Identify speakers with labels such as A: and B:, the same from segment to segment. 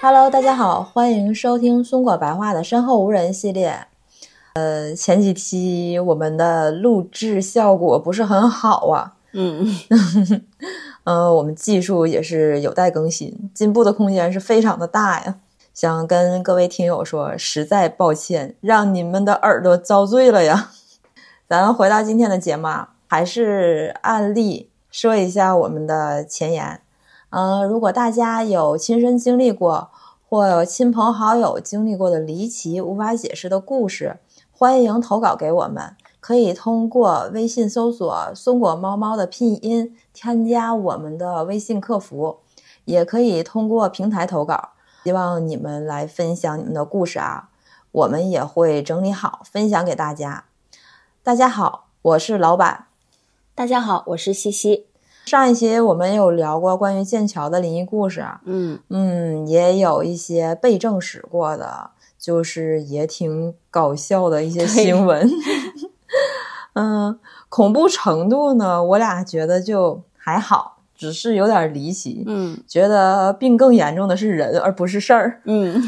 A: Hello，大家好，欢迎收听松果白话的身后无人系列。呃，前几期我们的录制效果不是很好啊，
B: 嗯，
A: 呃，我们技术也是有待更新，进步的空间是非常的大呀。想跟各位听友说，实在抱歉，让你们的耳朵遭罪了呀。 咱们回到今天的节目，啊，还是案例说一下我们的前言。呃，如果大家有亲身经历过或有亲朋好友经历过的离奇、无法解释的故事，欢迎投稿给我们。可以通过微信搜索“松果猫猫”的拼音，添加我们的微信客服，也可以通过平台投稿。希望你们来分享你们的故事啊，我们也会整理好分享给大家。大家好，我是老板。
B: 大家好，我是西西。
A: 上一期我们有聊过关于剑桥的灵异故事啊，
B: 嗯
A: 嗯，也有一些被证实过的，就是也挺搞笑的一些新闻。 嗯，恐怖程度呢，我俩觉得就还好，只是有点离奇。
B: 嗯
A: 觉得病更严重的是人，而不是事儿。
B: 嗯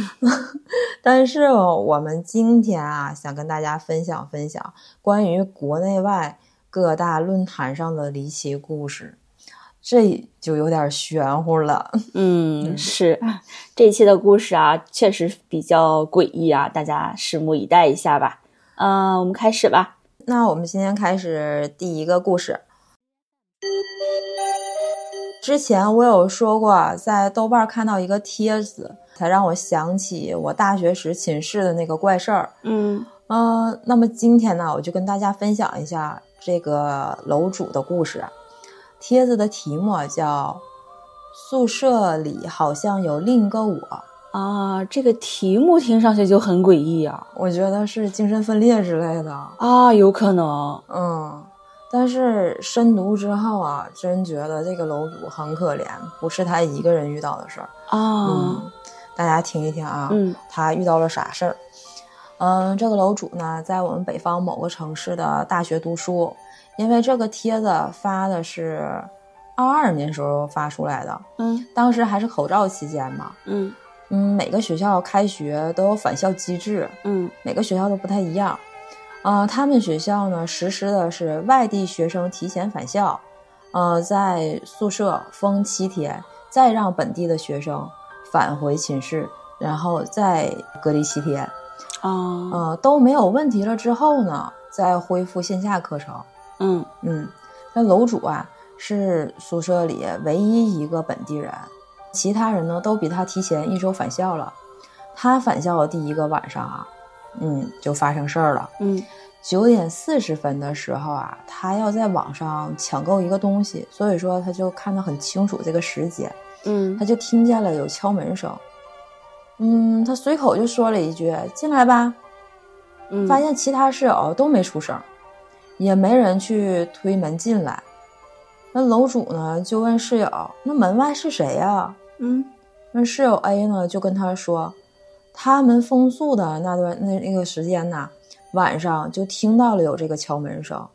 A: 但是哦我们今天啊，想跟大家分享分享关于国内外各大论坛上的离奇故事，这就有点玄乎了。
B: 嗯，是这一期的故事啊，确实比较诡异啊，大家拭目以待一下吧。嗯、我们开始吧。
A: 那我们今天开始第一个故事。之前我有说过，在豆瓣看到一个帖子，才让我想起我大学时寝室的那个怪事儿。
B: 嗯
A: 嗯、那么今天呢，我就跟大家分享一下这个楼主的故事。帖子的题目啊叫《宿舍里好像有另一个我》，
B: 啊，这个题目听上去就很诡异啊
A: 我觉得是精神分裂之类的。
B: 啊，有可能。
A: 嗯，但是深读之后啊，真觉得这个楼主很可怜，不是他一个人遇到的事儿。
B: 啊，
A: 嗯，大家听一听啊，
B: 嗯
A: 他遇到了啥事儿？嗯，这个楼主呢，在我们北方某个城市的大学读书，因为这个帖子发的是二二年时候发出来的，
B: 嗯
A: 当时还是口罩期间嘛。
B: 嗯
A: 嗯，每个学校开学都有返校机制，
B: 嗯
A: 每个学校都不太一样。呃，他们学校呢实施的是外地学生提前返校，呃，在宿舍封七天，再让本地的学生返回寝室，然后再隔离七天。
B: 啊
A: 呃，都没有问题了之后呢，再恢复线下课程。
B: 嗯
A: 嗯，那楼主啊是宿舍里唯一一个本地人，其他人呢都比他提前一周返校了。他返校的第一个晚上啊，嗯，就发生事儿了。
B: 嗯
A: 九点四十分的时候啊，他要在网上抢购一个东西，所以说他就看得很清楚这个时间，
B: 嗯
A: 他就听见了有敲门声。嗯，他随口就说了一句：“进来吧。”
B: 嗯，
A: 发现其他室友都没出声，也没人去推门进来。那楼主呢就问室友：“那门外是谁呀、
B: 嗯
A: 那室友 A 呢就跟他说，他们封宿的那段那那个时间呐，晚上就听到了有这个敲门声，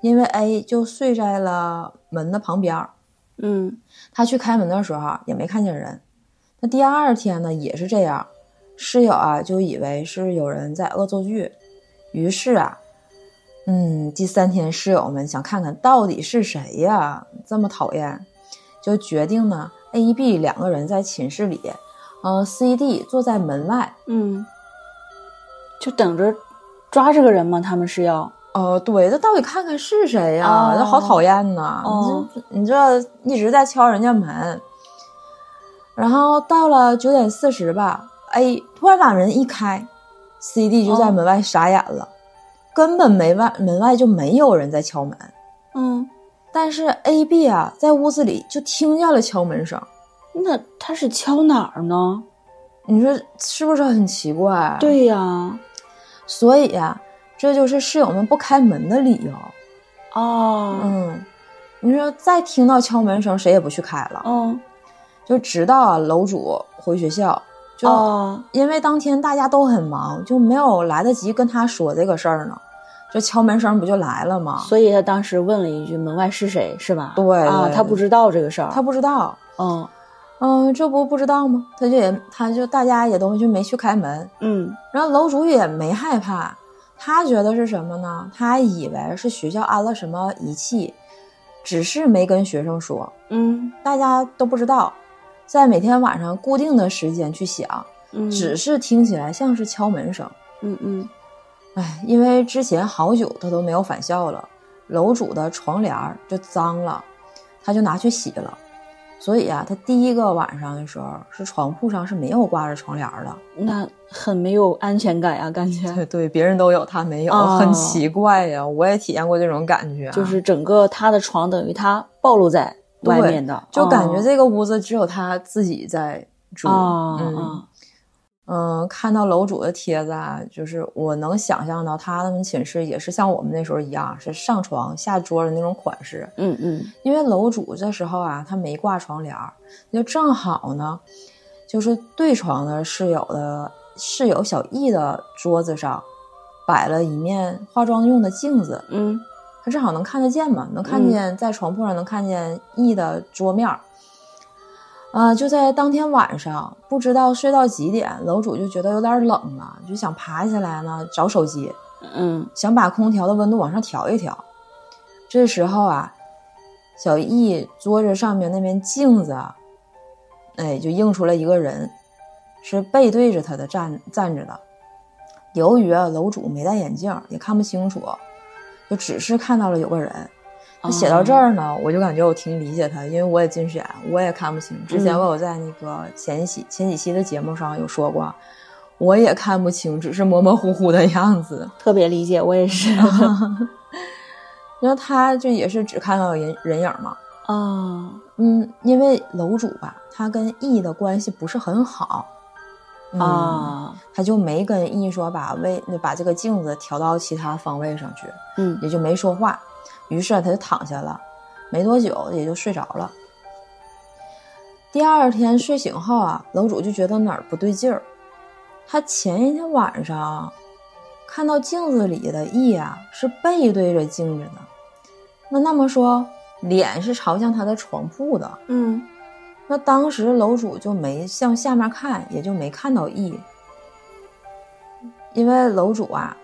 A: 因为 A 就睡在了门的旁边儿，
B: 嗯
A: 他去开门的时候啊也没看见人。那第二天呢也是这样，室友啊就以为是有人在恶作剧，于是啊，嗯，第三天室友们想看看到底是谁呀这么讨厌，就决定呢 A、B 两个人在寝室里，呃，C、D 坐在门外。
B: 嗯，就等着抓这个人吗？他们是要
A: 哦，对，这到底看看是谁呀、
B: 哦
A: 这好讨厌呐！
B: 哦
A: 你这你这一直在敲人家门，然后到了九点四十吧，A 突然把门一开，C D 就在
B: 哦
A: 门外傻眼了，根本没外门外就没有人在敲门，
B: 嗯。
A: 但是 A B 啊在屋子里就听见了敲门声，
B: 那他是敲哪儿呢？
A: 你说是不是很奇怪？，啊
B: 对呀、
A: 所以啊，这就是室友们不开门的理由。
B: 哦，
A: 嗯，你说再听到敲门声，谁也不去开了，
B: 嗯，
A: 就直到啊楼主回学校，就、
B: 哦，
A: 因为当天大家都很忙，就没有来得及跟他说这个事儿呢。这敲门声不就来了吗？
B: 所以他当时问了一句：“门外是谁？”是吧？
A: 哦对
B: 啊，
A: 对
B: 他不知道这个事儿。
A: 他不知道。
B: 嗯
A: 嗯，这不不知道吗？他就也他就大家也都就没去开门，
B: 嗯
A: 然后楼主也没害怕，他觉得是什么呢？他以为是学校安了什么仪器，只是没跟学生说，
B: 嗯
A: 大家都不知道，在每天晚上固定的时间去响，
B: 嗯，
A: 只是听起来像是敲门声。
B: 嗯嗯
A: 哎，因为之前好久他都没有返校了，楼主的床帘儿就脏了，他就拿去洗了。所以啊，他第一个晚上的时候是床铺上是没有挂着床帘儿的，
B: 那很没有安全感呀、感觉
A: 对对，别人都有，他没有，
B: 哦
A: 很奇怪呀、我也体验过这种感觉、啊
B: 就是整个他的床等于他暴露在外面的，
A: 就感觉
B: 哦
A: 这个屋子只有他自己在住。
B: 啊
A: 嗯、
B: 啊
A: 嗯，看到楼主的帖子啊，就是我能想象到他们寝室也是像我们那时候一样，是上床下桌的那种款式。
B: 嗯嗯
A: 因为楼主这时候啊，他没挂床帘儿，就正好呢，就是对床的室友的室友小易的桌子上摆了一面化妆用的镜子。
B: 嗯
A: 他正好能看得见嘛，能看见在床铺上能看见 E 的桌面儿。啊、就在当天晚上，不知道睡到几点，楼主就觉得有点冷了，就想爬起来呢找手机，
B: 嗯
A: 想把空调的温度往上调一调。这时候啊，小易桌子上面那面镜子啊，哎，就映出来一个人，是背对着他的站站着的。由于啊楼主没戴眼镜，也看不清楚，就只是看到了有个人。他写到这儿呢，我就感觉我挺理解他，因为我也近视眼，我也看不清。之前
B: 嗯
A: 我有在那个前几前几期的节目上有说过，我也看不清，只是模模糊糊的样子。
B: 特别理解，我也是
A: 因为他就也是只看到人人影嘛。
B: 啊
A: 嗯，因为楼主吧，他跟 E 的关系不是很好，嗯、，
B: 啊
A: 他就没跟 E 说把位把这个镜子调到其他方位上去，
B: 嗯
A: 也就没说话。于是啊他就躺下了，没多久也就睡着了。第二天睡醒后啊，楼主就觉得哪儿不对劲儿。他前一天晚上看到镜子里的 E 啊是背对着镜子的，那那么说脸是朝向他的床铺的。
B: 嗯
A: 那当时楼主就没向下面看，也就没看到 E，因为楼主啊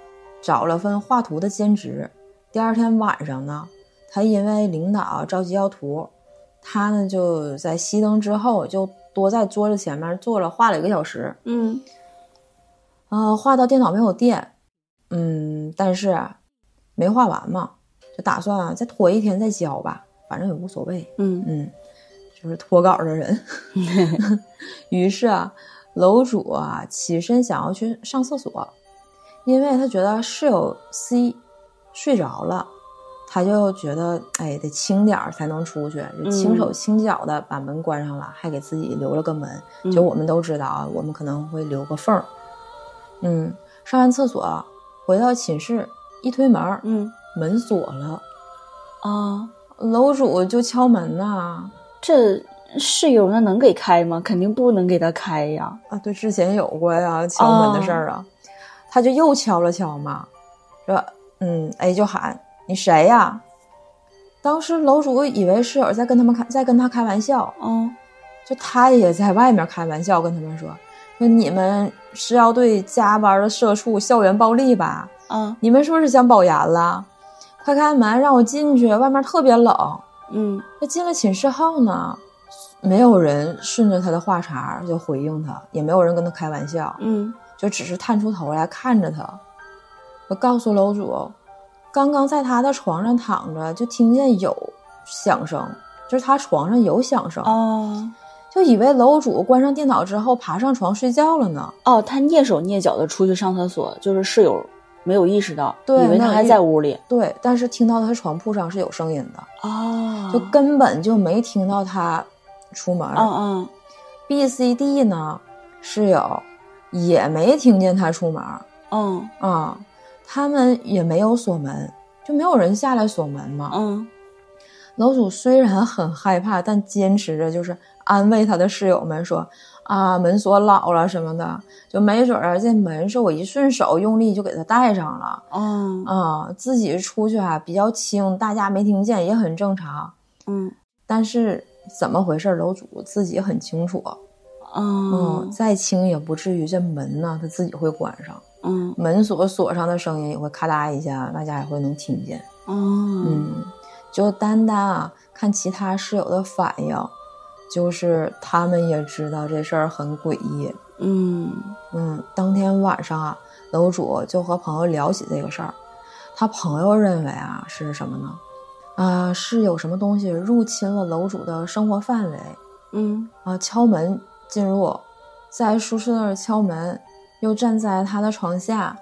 A: 找了份画图的兼职，第二天晚上呢，他因为领导着急要图，他呢就在熄灯之后就多在桌子前面坐了画了一个小时，
B: 嗯
A: 呃，画到电脑没有电，嗯，但是啊没画完嘛，就打算啊再拖一天再交吧，反正也无所谓。
B: 嗯
A: 嗯，就是脱稿的人。 于是啊，楼主啊起身想要去上厕所，因为他觉得室友 C 睡着了，他就觉得哎得轻点儿才能出去，就轻手轻脚的把门关上了，还给自己留了个门。
B: 嗯
A: 就我们都知道啊，我们可能会留个缝儿。嗯，上完厕所回到寝室，一推门儿，
B: 嗯
A: 门锁了，
B: 啊，
A: 楼主就敲门呐、
B: 这室友那能给开吗？肯定不能给他开呀。
A: 啊，对，之前有过呀，敲门的事儿啊，他就又敲了敲嘛，说，嗯，A 就喊你谁呀？当时楼主以为室友在跟他们开，在跟他开玩笑，
B: 嗯
A: 就他也在外面开玩笑，跟他们说，说你们是要对加班的社畜校园暴力吧？
B: 啊
A: 你们是不是想保研了？快开门，让我进去，外面特别冷。
B: 嗯
A: 那进了寝室后呢，没有人顺着他的话茬儿就回应他，也没有人跟他开玩笑，
B: 嗯
A: 就只是探出头来看着他。我告诉楼主，刚刚在他的床上躺着，就听见有响声，就是他床上有响声，
B: 哦
A: 就以为楼主关上电脑之后爬上床睡觉了呢。
B: 哦，他蹑手蹑脚的出去上厕所，就是室友没有意识到，
A: 对
B: 以为他
A: 没有
B: 还
A: 意
B: 在屋里
A: 对，但是听到他床铺上是有声音的，
B: 啊
A: 哦就根本就没听到他出门。
B: 嗯嗯
A: B、C、D 呢，室友也没听见他出门儿
B: 嗯
A: 啊、他们也没有锁门，就没有人下来锁门嘛。
B: 嗯
A: 楼主虽然很害怕，但坚持着就是安慰他的室友们说：“啊，门锁老了什么的，就没准儿这门是我一顺手用力就给它带上了
B: 嗯
A: 啊、自己出去啊比较轻，大家没听见也很正常。
B: 嗯
A: 但是怎么回事，楼主自己很清楚啊。嗯，
B: 嗯
A: 再轻也不至于这门呢，它自己会关上，
B: 嗯
A: 门锁锁上的声音也会咔嗒一下，大家也会能听见。
B: 嗯
A: 嗯，就单单啊看其他室友的反应，就是他们也知道这事儿很诡异。
B: 嗯
A: 嗯，当天晚上啊，楼主就和朋友聊起这个事儿，他朋友认为啊是什么呢？啊，是有什么东西入侵了楼主的生活范围
B: 嗯
A: 啊，敲门进入，在宿舍那儿敲门，又站在他的床下，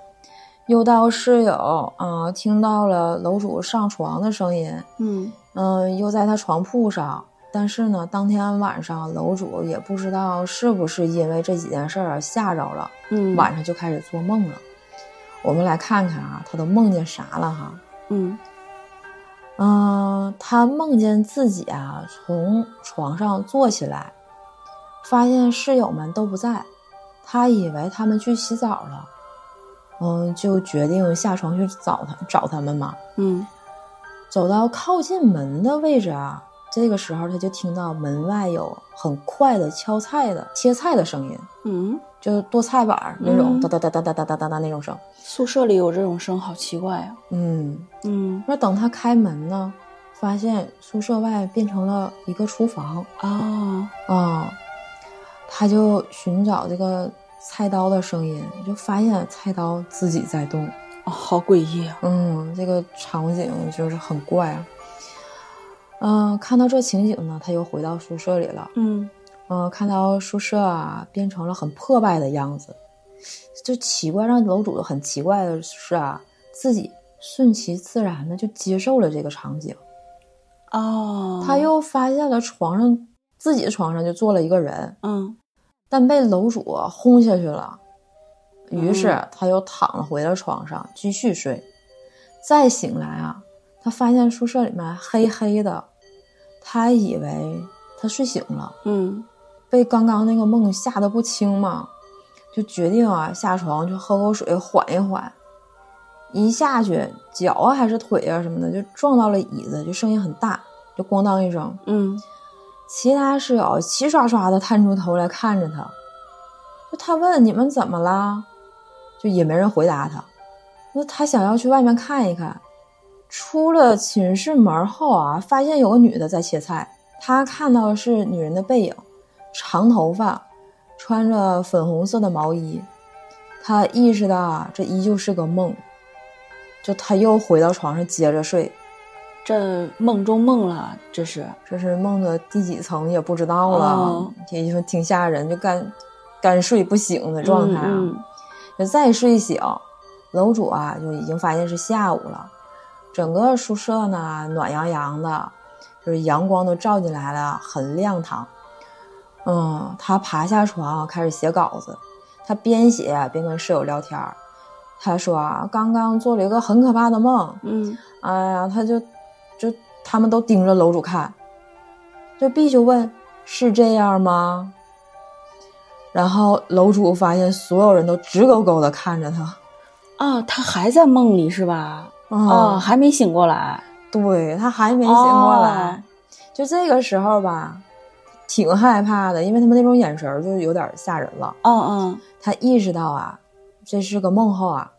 A: 又到室友啊听到了楼主上床的声音，
B: 嗯
A: 嗯，又在他床铺上。但是呢，当天晚上楼主也不知道是不是因为这几件事儿吓着了，
B: 嗯，
A: 晚上就开始做梦了。我们来看看啊，他都梦见啥了哈？
B: 嗯
A: 嗯，他梦见自己啊从床上坐起来，发现室友们都不在，他以为他们去洗澡了，嗯，就决定下床去找他找他们嘛。
B: 嗯
A: 走到靠近门的位置啊，这个时候他就听到门外有很快的敲菜的、切菜的声音，
B: 嗯，
A: 就是剁菜板儿那种
B: 嗯
A: 哒哒哒哒哒哒哒哒哒那种声。
B: 宿舍里有这种声，好奇怪啊。
A: 嗯，
B: 嗯
A: 那等他开门呢，发现宿舍外变成了一个厨房
B: 哦
A: 啊、他就寻找这个菜刀的声音，就发现菜刀自己在动。
B: 哦，好诡异啊。
A: 嗯，这个场景就是很怪啊。嗯、看到这情景呢，他又回到宿舍里了。
B: 嗯
A: 嗯、看到宿舍啊变成了很破败的样子，就奇怪，让楼主很奇怪的是啊，自己顺其自然的就接受了这个场景。
B: 哦，
A: 他又发现了床上自己床上就坐了一个人，
B: 嗯
A: 但被楼主轰下去了。于是
B: 嗯
A: 他又躺了回了床上继续睡。再醒来啊，他发现宿舍里面黑黑的，他以为他睡醒了，
B: 嗯
A: 被刚刚那个梦吓得不轻嘛，就决定啊下床去喝口水缓一缓。一下去，脚啊还是腿啊什么的，就撞到了椅子，就声音很大，就咣当一声。
B: 嗯
A: 其他室友齐刷刷的探出头来看着他，就他问你们怎么啦，就也没人回答他。那他想要去外面看一看，出了寝室门后啊，发现有个女的在切菜，他看到的是女人的背影，长头发，穿着粉红色的毛衣。他意识到啊，这依旧是个梦，就他又回到床上接着睡。
B: 这梦中梦了，这是
A: 这是梦的第几层也不知道了，
B: 哦
A: 也就挺吓人，就干干睡不醒的状态啊。
B: 嗯嗯
A: 就再睡醒，楼主啊就已经发现是下午了，整个宿舍呢暖洋洋的，就是阳光都照进来了，很亮堂。嗯，他爬下床开始写稿子，他边写边跟室友聊天儿。他说啊，刚刚做了一个很可怕的梦，
B: 嗯
A: 哎呀，他就就他们都盯着楼主看，就必须问是这样吗？然后楼主发现所有人都直勾勾的看着他，
B: 啊，他还在梦里是吧？哦，
A: 啊、
B: 还没醒过来，
A: 对他还没醒过来，
B: 哦
A: 就这个时候吧，挺害怕的，因为他们那种眼神儿就有点吓人了。
B: 哦
A: 他意识到啊，这是个梦后啊，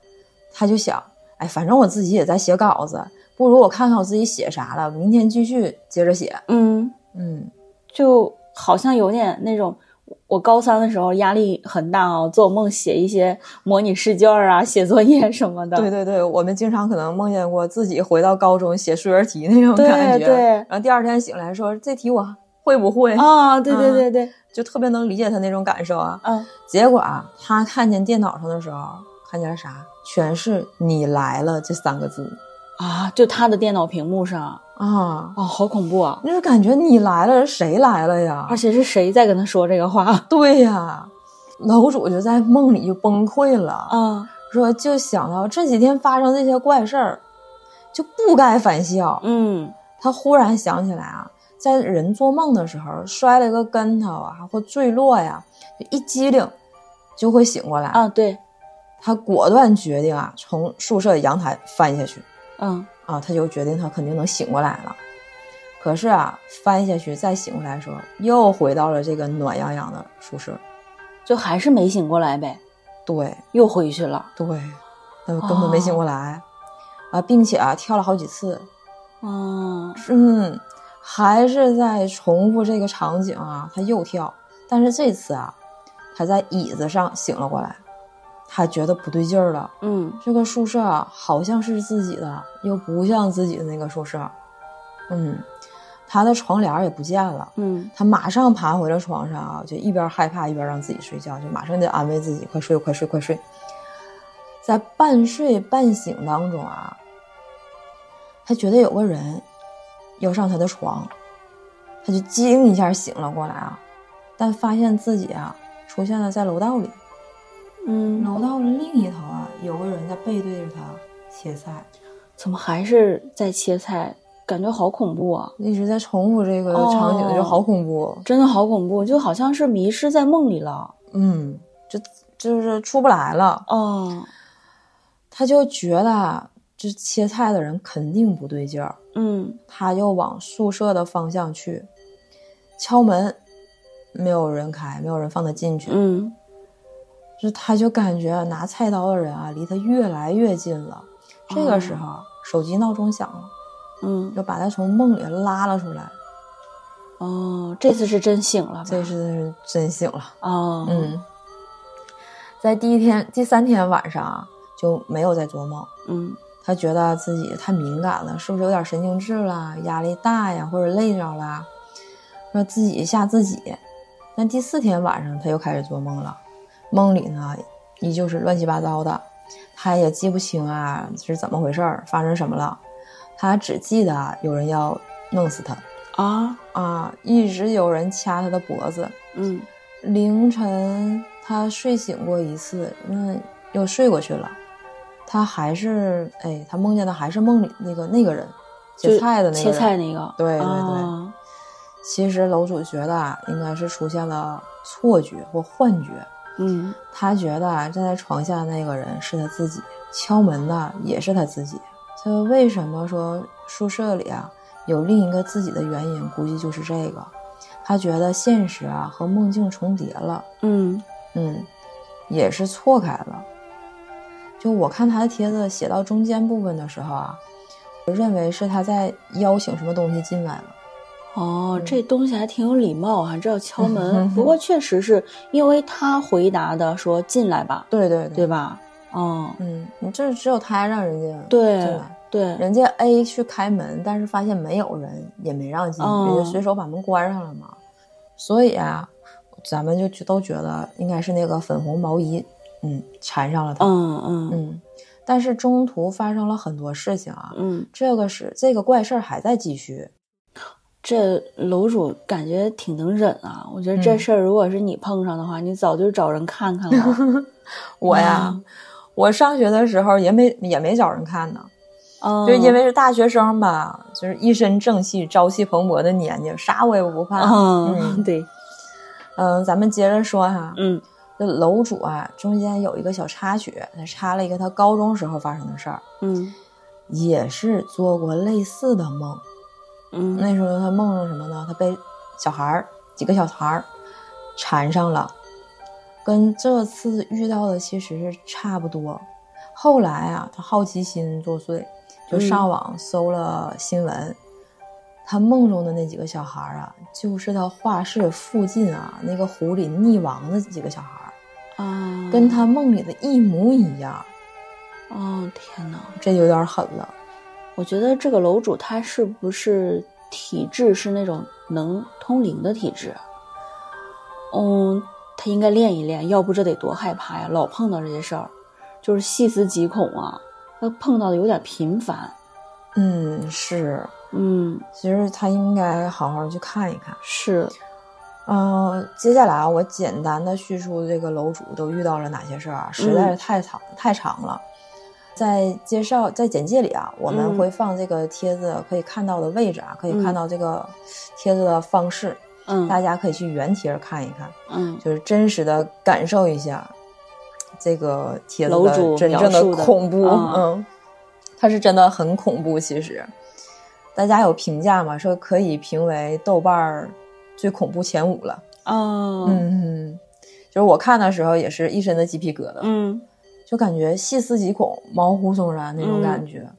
A: 他就想，哎，反正我自己也在写稿子，不如我看看我自己写啥了，明天继续接着写。
B: 嗯嗯，
A: 嗯，
B: 就好像有点那种。我高三的时候压力很大啊，做梦写一些模拟试卷啊、写作业什么 的。
A: 对对对，我们经常可能梦见过自己回到高中写数学题那种
B: 对
A: 感觉，
B: 对
A: 然后第二天醒来说这题我会不会，
B: 啊、对
A: 嗯
B: 对对对，
A: 就特别能理解他那种感受啊。
B: 嗯，
A: 结果啊，他看见电脑上的时候，看见了啥？全是“你来了”这三个字
B: 啊，就他的电脑屏幕上，
A: 啊，
B: 哦，好恐怖啊！
A: 那就感觉你来了，谁来了呀
B: 而？且是谁在跟他说这个话
A: 对呀、楼主就在梦里就崩溃了
B: 啊？
A: 说就想到这几天发生这些怪事儿，就不该返校。
B: 嗯
A: 他忽然想起来啊，在人做梦的时候摔了一个跟头啊，或坠落呀，就一激灵就会醒过来。
B: 啊，对，
A: 他果断决定啊，从宿舍阳台翻下去
B: 嗯
A: 啊，他就决定他肯定能醒过来了。可是啊，翻下去再醒过来的时候，又回到了这个暖洋洋的宿舍。
B: 就还是没醒过来呗，
A: 对
B: 又回去了。
A: 对，但根本没醒过来、啊，并且啊跳了好几次，
B: 嗯，
A: 嗯，还是在重复这个场景啊，他又跳，但是这次啊，他在椅子上醒了过来，他觉得不对劲儿了。
B: 嗯，
A: 这个宿舍啊，好像是自己的，又不像自己的那个宿舍。嗯，他的床帘儿也不见了，
B: 嗯，
A: 他马上爬回了床上啊，就一边害怕一边让自己睡觉，就马上就安慰自己，快睡，快睡，快睡。在半睡半醒当中啊，他觉得有个人要上他的床，他就惊一下醒了过来啊，但发现自己啊出现了在楼道里。
B: 嗯，
A: 楼道的另一头啊，有个人在背对着他切菜，
B: 怎么还是在切菜？感觉好恐怖啊！
A: 一直在重复这个场景，
B: 哦
A: 就好恐怖。
B: 真的好恐怖，就好像是迷失在梦里了。
A: 嗯，就就是出不来了，
B: 哦，
A: 他就觉得啊这切菜的人肯定不对劲儿，
B: 嗯
A: 他就往宿舍的方向去敲门，没有人开，没有人放他进去，
B: 嗯
A: 就他就感觉拿菜刀的人啊离他越来越近了。这个时候，手机闹钟响了，
B: 嗯，
A: 就把他从梦里拉了出来。
B: 哦，这次是真醒了吧？
A: 这是真醒了。
B: 哦，
A: 嗯，在第一天、第三天晚上啊，就没有在做梦。
B: 嗯
A: 他觉得自己太敏感了，是不是有点神经质了？压力大呀，或者累着了，说自己吓自己。但第四天晚上，他又开始做梦了，梦里呢依旧是乱七八糟的，他也记不清啊是怎么回事儿，发生什么了，他只记得啊有人要弄死他
B: 啊，
A: 啊，一直有人掐他的脖子，
B: 嗯
A: 凌晨他睡醒过一次，那又睡过去了。他还是哎，他梦见的还是梦里那个那个人，切
B: 就
A: 菜的那个
B: 切
A: 人。
B: 菜那个，
A: 对对对
B: 啊
A: 其实楼主觉得啊，应该是出现了错觉或幻觉。
B: 嗯
A: 他觉得啊，站在床下那个人是他自己，敲门的也是他自己。他为什么说宿舍里啊有另一个自己的原因，估计就是这个。他觉得现实啊和梦境重叠了。
B: 嗯
A: 嗯，也是错开了。就我看他的帖子写到中间部分的时候啊，我认为是他在邀请什么东西进来了。
B: 哦
A: 嗯，
B: 这东西还挺有礼貌，还知道敲 门。
A: 嗯
B: 不过确实是因为他回答的说进来吧，
A: 对对
B: 对，吧？哦，
A: 嗯，你这只有他让人家进
B: 对
A: 来，
B: 对，
A: 人家 A 去开门，但是发现没有人，也没让进，
B: 哦
A: 也就随手把门关上了嘛。所以啊，咱们就觉都觉得应该是那个粉红毛衣，嗯，缠上了他，
B: 嗯嗯
A: 嗯。但是中途发生了很多事情啊，
B: 嗯，
A: 这个是这个怪事儿还在继续。
B: 这楼主感觉挺能忍啊。我觉得这
A: 嗯
B: 事儿如果是你碰上的话，你早就找人看看 了。
A: 我呀，
B: 嗯
A: 我上学的时候也没也没找人看呢，
B: 嗯，
A: 就是因为是大学生吧，就是一身正气、朝气蓬勃的年纪，啥我也不怕。
B: 嗯，对，
A: 嗯，咱们接着说哈，
B: 嗯
A: 这楼主啊，中间有一个小插曲，他插了一个他高中时候发生的事儿，
B: 嗯
A: 也是做过类似的梦。
B: 嗯
A: 那时候他梦着什么呢？他被小孩儿几个小孩儿缠上了，跟这次遇到的其实是差不多。后来啊，他好奇心作祟，就上网搜了新闻。他梦中的那几个小孩儿啊，就是他画室附近啊那个湖里溺亡的几个小孩儿，
B: 啊，
A: 跟他梦里的一模一样，
B: 哦天哪，
A: 这有点狠了。
B: 我觉得这个楼主他是不是体质是那种能通灵的体质？嗯，他应该练一练，要不这得多害怕呀！老碰到这些事儿，就是细思极恐啊。他碰到的有点频繁。
A: 嗯，是，
B: 嗯，
A: 其实他应该好好去看一看。
B: 是，
A: 嗯，接下来啊，我简单的叙述这个楼主都遇到了哪些事儿啊，实
B: 嗯
A: 在是太长、太长了。在介绍在简介里啊，我们
B: 嗯
A: 会放这个帖子可以看到的位置啊，可以看
B: 嗯
A: 到这个帖子的方式，
B: 嗯
A: 大家可以去原帖儿看一看，
B: 嗯，
A: 就是真实的感受一下这个帖子
B: 楼主
A: 的真正
B: 描述的
A: 恐怖。
B: 啊
A: 嗯，它是真的很恐怖，其实。大家有评价嘛，说可以评为豆瓣儿最恐怖前五了。
B: 哦，
A: 嗯，嗯就是我看的时候也是一身的鸡皮疙瘩，
B: 嗯
A: 就感觉细思极恐、毛骨悚然那种感觉。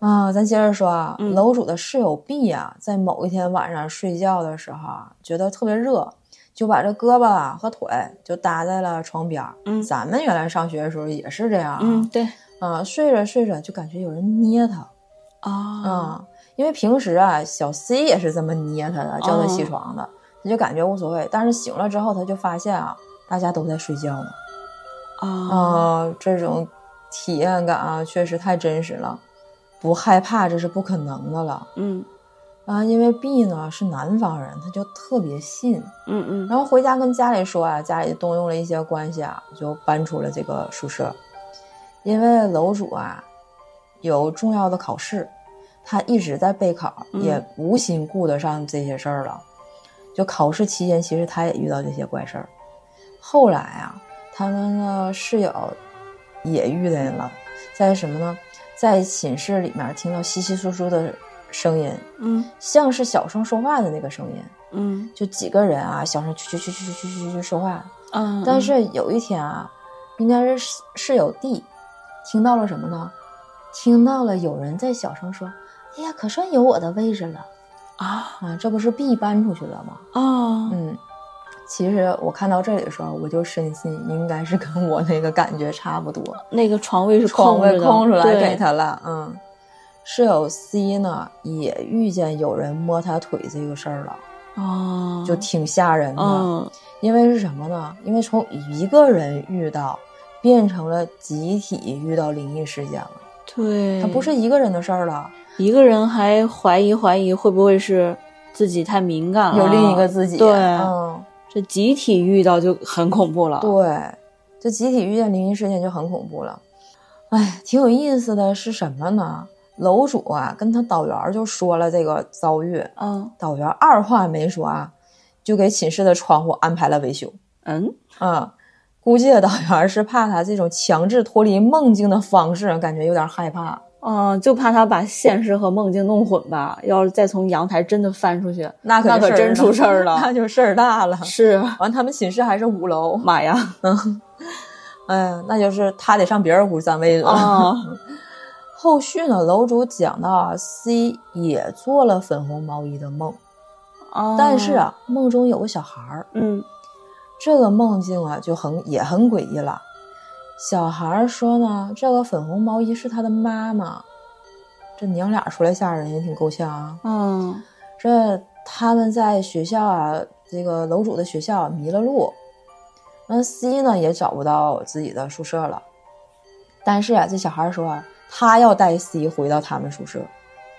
A: 啊，咱接着说啊，
B: 嗯
A: 楼主的室友 B 呀、在某一天晚上睡觉的时候啊，觉得特别热，就把这胳膊啊和腿就搭在了床边儿。
B: 嗯
A: 咱们原来上学的时候也是这样啊，
B: 嗯，对
A: 啊，睡着睡着就感觉有人捏他
B: 啊，
A: 啊，因为平时啊，小 C 也是这么捏他的，叫他起床的，他就感觉无所谓。但是醒了之后，他就发现啊，大家都在睡觉呢。
B: 啊，
A: 啊，这种体验感啊，确实太真实了，不害怕这是不可能的了
B: 嗯
A: 啊。因为 B 呢是南方人，他就特别信，
B: 嗯嗯
A: 然后回家跟家里说啊，家里动用了一些关系啊，就搬出了这个宿舍。因为楼主啊有重要的考试，他一直在备考，
B: 嗯
A: 也无心顾得上这些事儿了。就考试期间，其实他也遇到这些怪事儿。后来啊，他们的室友也遇见了，在什么呢？在寝室里面听到稀稀疏疏的声音，
B: 嗯
A: 像是小声说话的那个声音。
B: 嗯
A: 就几个人啊，小声去去去去去去去去说话。
B: 嗯，
A: 但是有一天啊，应该是室室友 D 听到了什么呢？听到了有人在小声说：“哎呀，可算有我的位置了
B: 啊
A: 啊！这不是 B 搬出去了吗
B: 啊？”，
A: 嗯，其实我看到这里的时候，我就深信应该是跟我那个感觉差不多，
B: 那个床位是
A: 空
B: 着
A: 位
B: 的
A: 空出来
B: 对
A: 给他了。嗯，室友 C 呢也遇见有人摸他腿这个事儿了，
B: 啊，
A: 就挺吓人的。
B: 嗯
A: 因为是什么呢？因为从一个人遇到，变成了集体遇到灵异事件了，
B: 对，
A: 它不是一个人的事儿了，
B: 一个人还怀疑怀疑会不会是自己太敏感了，
A: 有另一个自己。
B: 啊对
A: 嗯，
B: 这集体遇到就很恐怖了。
A: 对，这集体遇见灵异事件就很恐怖了。哎，挺有意思的是什么呢？楼主啊，跟他导员儿就说了这个遭遇，
B: 嗯
A: 导员儿二话没说啊，就给寝室的窗户安排了维修。
B: 嗯
A: 啊，估计导员儿是怕他这种强制脱离梦境的方式，感觉有点害怕。
B: 嗯，就怕他把现实和梦境弄混吧。要是再从阳台真的翻 出去，
A: 那可
B: 那
A: 就
B: 可
A: 儿
B: 真
A: 大
B: 出事儿了
A: 那就事儿大了。
B: 是
A: 完，他们寝室还是五楼，
B: 妈呀
A: 哎呀，那就是他得上别人屋占 位置了。
B: 啊！
A: 后续呢，楼主讲到啊，C 也做了粉红毛衣的梦，
B: 啊
A: 但是，啊，梦中有个小孩儿，
B: 嗯
A: 这个梦境啊就很也很诡异了。小孩儿说呢，这个粉红毛衣是他的妈妈，这娘俩出来吓人也挺够呛啊。
B: 嗯
A: 这他们在学校啊，这个楼主的学校、啊、迷了路，那 C 呢也找不到自己的宿舍了。但是啊，这小孩儿说啊，他要带 C 回到他们宿舍，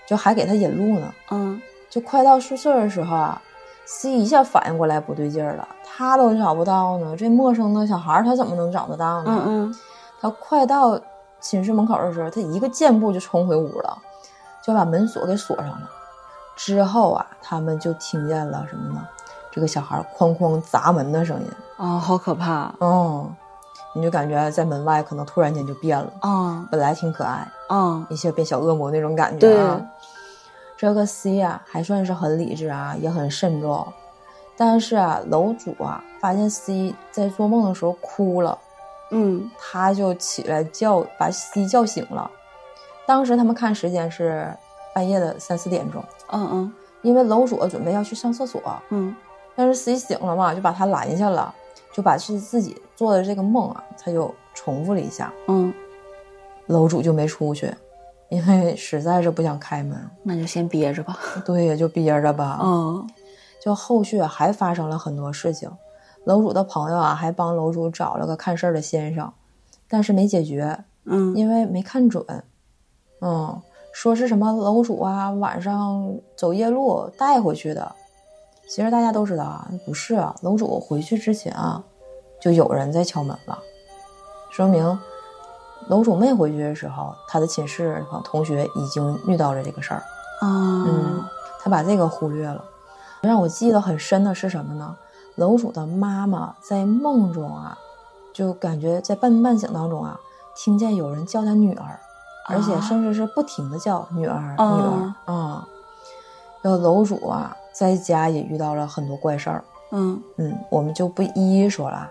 A: 就还给他引路呢。
B: 嗯
A: 就快到宿舍的时候啊，C 一下反应过来不对劲儿了，他都找不到呢，这陌生的小孩儿他怎么能找得到呢？
B: 嗯嗯
A: 他快到寝室门口的时候，他一个箭步就冲回屋了，就把门锁给锁上了。之后啊，他们就听见了什么呢？这个小孩儿哐哐砸门的声音。
B: 啊，好可怕
A: 哦，你就感觉在门外可能突然间就变了，
B: 啊
A: 本来挺可爱，
B: 啊！
A: 一下变小恶魔那种感觉
B: 对
A: 啊。这个 C 啊，还算是很理智啊，也很慎重，但是啊，楼主啊发现 C 在做梦的时候哭了，
B: 嗯
A: 他就起来叫把 C 叫醒了。当时他们看时间是半夜的三四点钟，
B: 嗯嗯
A: 因为楼主准备要去上厕所，
B: 嗯
A: 但是 C 醒了嘛，就把他拦下了，就把是自己做的这个梦啊，他就重复了一下。
B: 嗯，
A: 楼主就没出去，因为实在是不想开门。
B: 那就先憋着吧。
A: 对呀，就憋着吧。
B: 嗯
A: 就后续还发生了很多事情，楼主的朋友啊，还帮楼主找了个看事儿的先生，但是没解决，
B: 嗯
A: 因为没看准。嗯，说是什么楼主啊，晚上走夜路带回去的。其实大家都知道啊，不是啊，楼主回去之前啊，就有人在敲门了，说明楼主没回去的时候，他的寝室同学已经遇到了这个事儿。嗯
B: 啊，
A: 他把这个忽略了。让我记得很深的是什么呢？楼主的妈妈在梦中啊，就感觉在半梦半醒当中啊，听见有人叫她女儿，
B: 啊
A: 而且甚至是不停的叫女儿、
B: 啊
A: 女儿啊。然后楼主啊，在家也遇到了很多怪事儿，
B: 嗯
A: 嗯，我们就不一一说了。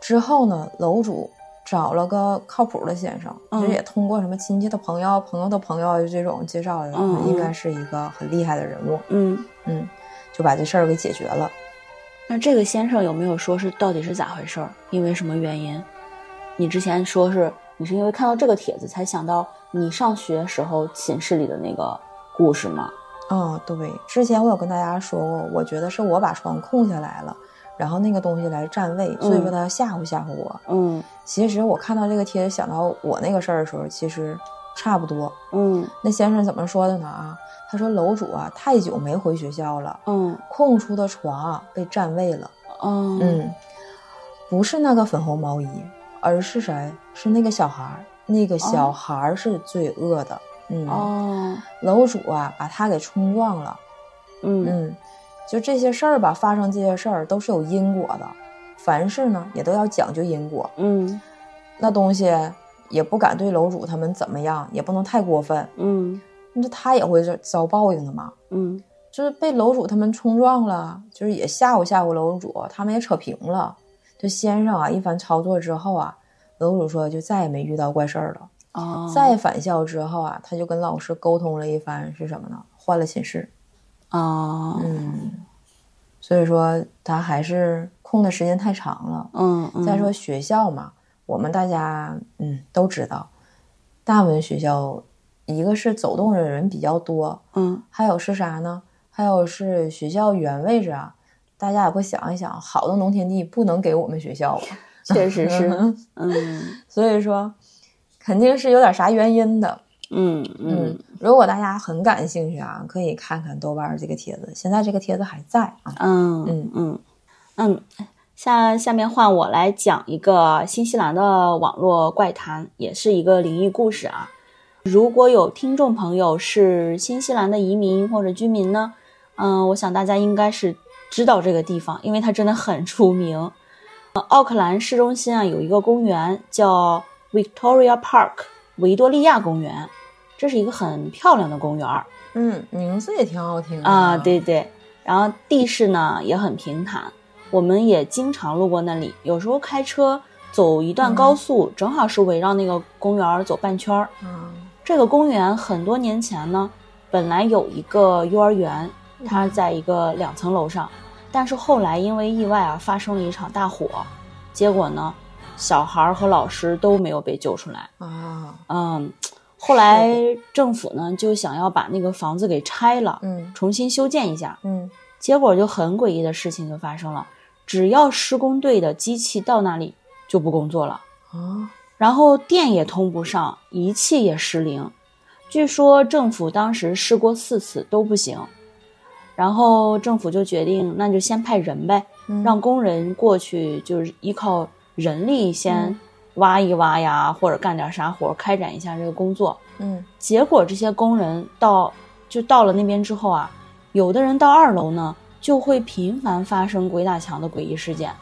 A: 之后呢，楼主找了个靠谱的先生，
B: 嗯
A: 其实也通过什么亲戚的朋友、朋友的朋友就这种介绍的，
B: 嗯嗯
A: 应该是一个很厉害的人物，
B: 嗯。
A: 嗯，就把这事儿给解决了。
B: 那这个先生有没有说是到底是咋回事儿？因为什么原因？你之前说是你是因为看到这个帖子才想到你上学时候寝室里的那个故事吗？
A: 啊、对，之前我有跟大家说过，我觉得是我把床空下来了，然后那个东西来占位，所以说他要吓唬吓唬我。
B: 嗯
A: 其实我看到这个帖子想到我那个事儿的时候，其实差不多。
B: 嗯
A: 那先生怎么说的呢？啊，他说楼主啊太久没回学校了，
B: 嗯
A: 空出的床啊被占位了。
B: 嗯
A: 嗯，不是那个粉红毛衣，而是谁？是那个小孩儿。那个小孩儿是罪恶的。嗯，
B: 哦
A: 楼主啊把他给冲撞了。
B: 嗯
A: 嗯，就这些事儿吧，发生这些事儿都是有因果的，凡事呢也都要讲究因果。
B: 嗯
A: 那东西也不敢对楼主他们怎么样，也不能太过分，
B: 嗯
A: 那他也会遭遭报应的嘛。
B: 嗯
A: 就是被楼主他们冲撞了，就是也吓唬吓唬楼主，他们也扯平了。就先生啊一番操作之后啊，楼主说就再也没遇到怪事儿了。
B: 哦
A: 再返校之后啊，他就跟老师沟通了一番，是什么呢？换了寝室。
B: 哦
A: 嗯，所以说他还是空的时间太长了。
B: 嗯嗯
A: 再说学校嘛，我们大家嗯都知道，大部分学校一个是走动的人比较多，
B: 嗯
A: 还有是啥呢？还有是学校原位置啊，大家也会想一想，好的农田地不能给我们学校啊，
B: 确实是嗯
A: 所以说肯定是有点啥原因的。
B: 嗯嗯
A: 嗯，如果大家很感兴趣啊，可以看看豆瓣儿这个帖子，现在这个帖子还在啊。
B: 嗯嗯嗯嗯，下下面换我来讲一个新西兰的网络怪谈，也是一个灵异故事啊。如果有听众朋友是新西兰的移民或者居民呢，嗯、我想大家应该是知道这个地方，因为它真的很出名。呃奥克兰市中心啊有一个公园叫 Victoria Park 维多利亚公园，这是一个很漂亮的公园儿。
A: 嗯，名字也挺好听的
B: 啊，，对对。然后地势呢也很平坦，我们也经常路过那里，有时候开车走一段高速，正好是围绕那个公园儿走半圈儿。
A: 嗯
B: 这个公园很多年前呢，本来有一个幼儿园，它在一个两层楼上，但是后来因为意外啊，发生了一场大火，结果呢，小孩儿和老师都没有被救出来。
A: 啊，
B: 嗯，后来政府呢就想要把那个房子给拆了，
A: 嗯
B: 重新修建一下。
A: 嗯
B: 结果就很诡异的事情就发生了，只要施工队的机器到那里就不工作了，
A: 啊，
B: 然后电也通不上，仪器也失灵。据说政府当时试过四次都不行，然后政府就决定那就先派人呗，
A: 嗯
B: 让工人过去就是依靠人力先
A: 嗯
B: 挖一挖呀，或者干点啥活儿，开展一下这个工作。
A: 嗯
B: 结果这些工人到就到了那边之后啊，有的人到二楼呢，就会频繁发生鬼打墙的诡异事件，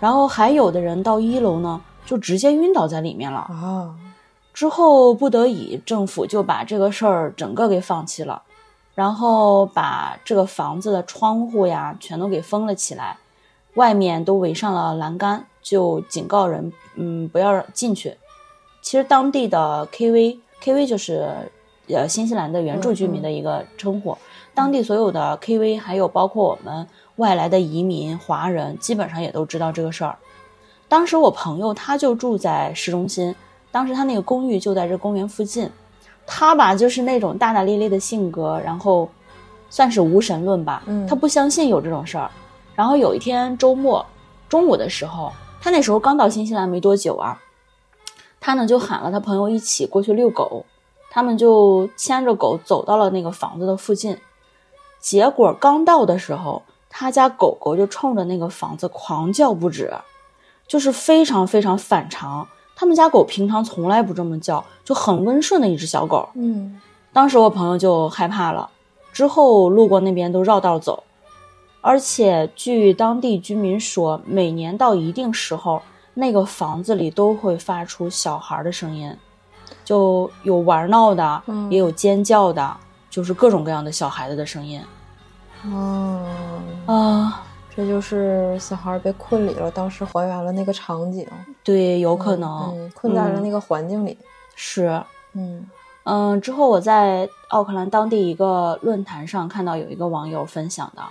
B: 然后还有的人到一楼呢，就直接晕倒在里面了。
A: 啊，
B: 之后不得已，政府就把这个事儿整个给放弃了，然后把这个房子的窗户呀全都给封了起来，外面都围上了栏杆，就警告人，嗯，不要进去。其实当地的 KV KV 就是呃新西兰的原住居民的一个称呼，当地所有的 KV 还有包括我们外来的移民华人，基本上也都知道这个事儿。当时我朋友他就住在市中心，当时他那个公寓就在这公园附近。他吧就是那种大大咧咧的性格，然后算是无神论吧，
A: 嗯
B: 他不相信有这种事儿。然后有一天周末中午的时候，他那时候刚到新西兰没多久啊，他呢就喊了他朋友一起过去遛狗，他们就牵着狗走到了那个房子的附近。结果刚到的时候，他家狗狗就冲着那个房子狂叫不止，就是非常非常反常。他们家狗平常从来不这么叫，就很温顺的一只小狗。
A: 嗯
B: 当时我朋友就害怕了，之后路过那边都绕道走。而且据当地居民说，每年到一定时候，那个房子里都会发出小孩的声音，就有玩闹的，
A: 嗯
B: 也有尖叫的，就是各种各样的小孩子的声音
A: 哦，
B: 啊。
A: 这就是小孩被困里了，当时还原了那个场景，
B: 对，有可能、
A: 嗯，困在了那个环境里，
B: 是。
A: 嗯
B: 嗯，之后我在奥克兰当地一个论坛上看到有一个网友分享的，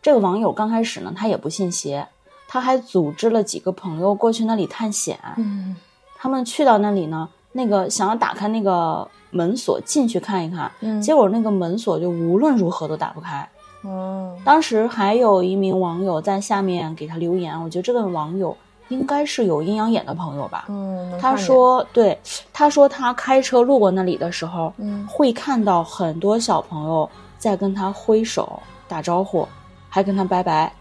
B: 这个网友刚开始呢，他也不信邪，他还组织了几个朋友过去那里探险。
A: 嗯
B: 他们去到那里呢，那个想要打开那个门锁进去看一看，
A: 嗯
B: 结果那个门锁就无论如何都打不开。
A: 哦，
B: 当时还有一名网友在下面给他留言，我觉得这个网友应该是有阴阳眼的朋友吧。
A: 嗯，能
B: 他
A: 看见，
B: 说，对，他说他开车路过那里的时候，
A: 嗯
B: 会看到很多小朋友在跟他挥手打招呼，还跟他拜拜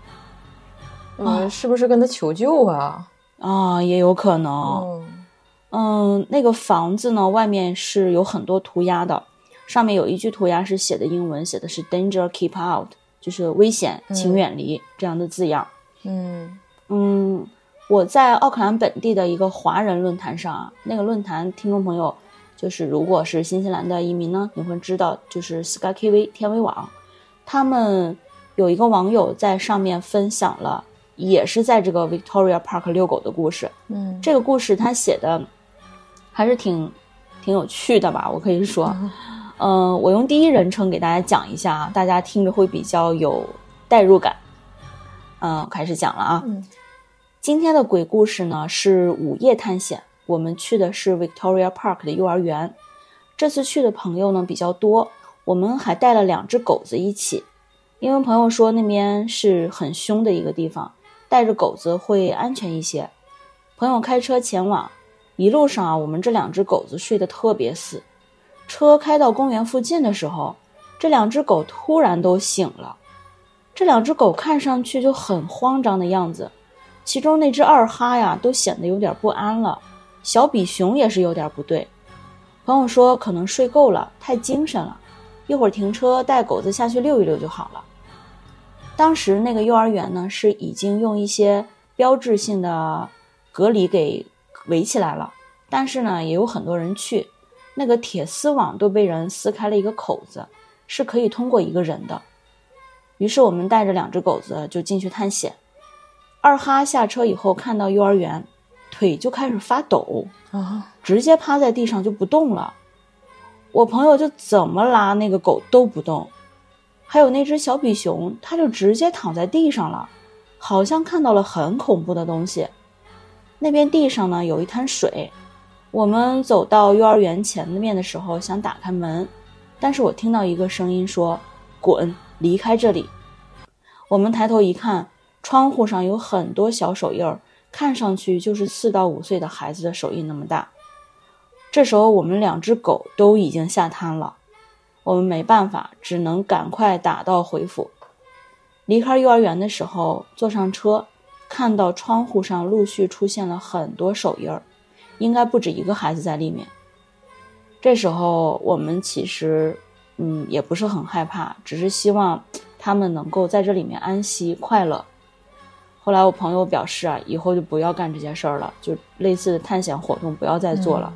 A: 嗯，是不是跟他求救啊？
B: 啊，也有可能。
A: 嗯
B: 嗯，那个房子呢，外面是有很多涂鸦的，上面有一句涂鸦是写的英文，写的是 “danger keep out”，就是危险请
A: 嗯
B: 远离、这样的字样。
A: 嗯
B: 嗯，我在奥克兰本地的一个华人论坛上啊，那个论坛听众朋友，就是如果是新西兰的移民呢，你会知道，就是 Sky KV 天威网，他们有一个网友在上面分享了，也是在这个 Victoria Park 遛狗的故事。
A: 嗯，
B: 这个故事他写的还是挺挺有趣的吧，我可以说，嗯、我用第一人称给大家讲一下啊，大家听着会比较有代入感。嗯、开始讲了啊。
A: 嗯
B: 今天的鬼故事呢是午夜探险，我们去的是 Victoria Park 的幼儿园。这次去的朋友呢比较多，我们还带了两只狗子一起，因为朋友说那边是很凶的一个地方，带着狗子会安全一些。朋友开车前往，一路上啊，我们这两只狗子睡得特别死。车开到公园附近的时候，这两只狗突然都醒了。这两只狗看上去就很慌张的样子，其中那只二哈呀都显得有点不安了，小比熊也是有点不对。朋友说可能睡够了，太精神了，一会儿停车带狗子下去溜一溜就好了。当时那个幼儿园呢是已经用一些标志性的隔离给围起来了，但是呢也有很多人去，那个铁丝网都被人撕开了一个口子，是可以通过一个人的。于是我们带着两只狗子就进去探险。二哈下车以后看到幼儿园，腿就开始发抖，
A: 啊，
B: 直接趴在地上就不动了。我朋友就怎么拉那个狗都不动，还有那只小比熊，它就直接躺在地上了，好像看到了很恐怖的东西。那边地上呢有一滩水，我们走到幼儿园前面的时候想打开门，但是我听到一个声音说：“滚，离开这里！”我们抬头一看，窗户上有很多小手印儿，看上去就是四到五岁的孩子的手印那么大。这时候，我们两只狗都已经下滩了，我们没办法，只能赶快打道回府。离开幼儿园的时候，坐上车，看到窗户上陆续出现了很多手印儿，应该不止一个孩子在里面。这时候，我们其实，嗯，也不是很害怕，只是希望他们能够在这里面安息快乐。后来我朋友表示啊，以后就不要干这些事儿了，就类似的探险活动不要再做
A: 嗯
B: 了。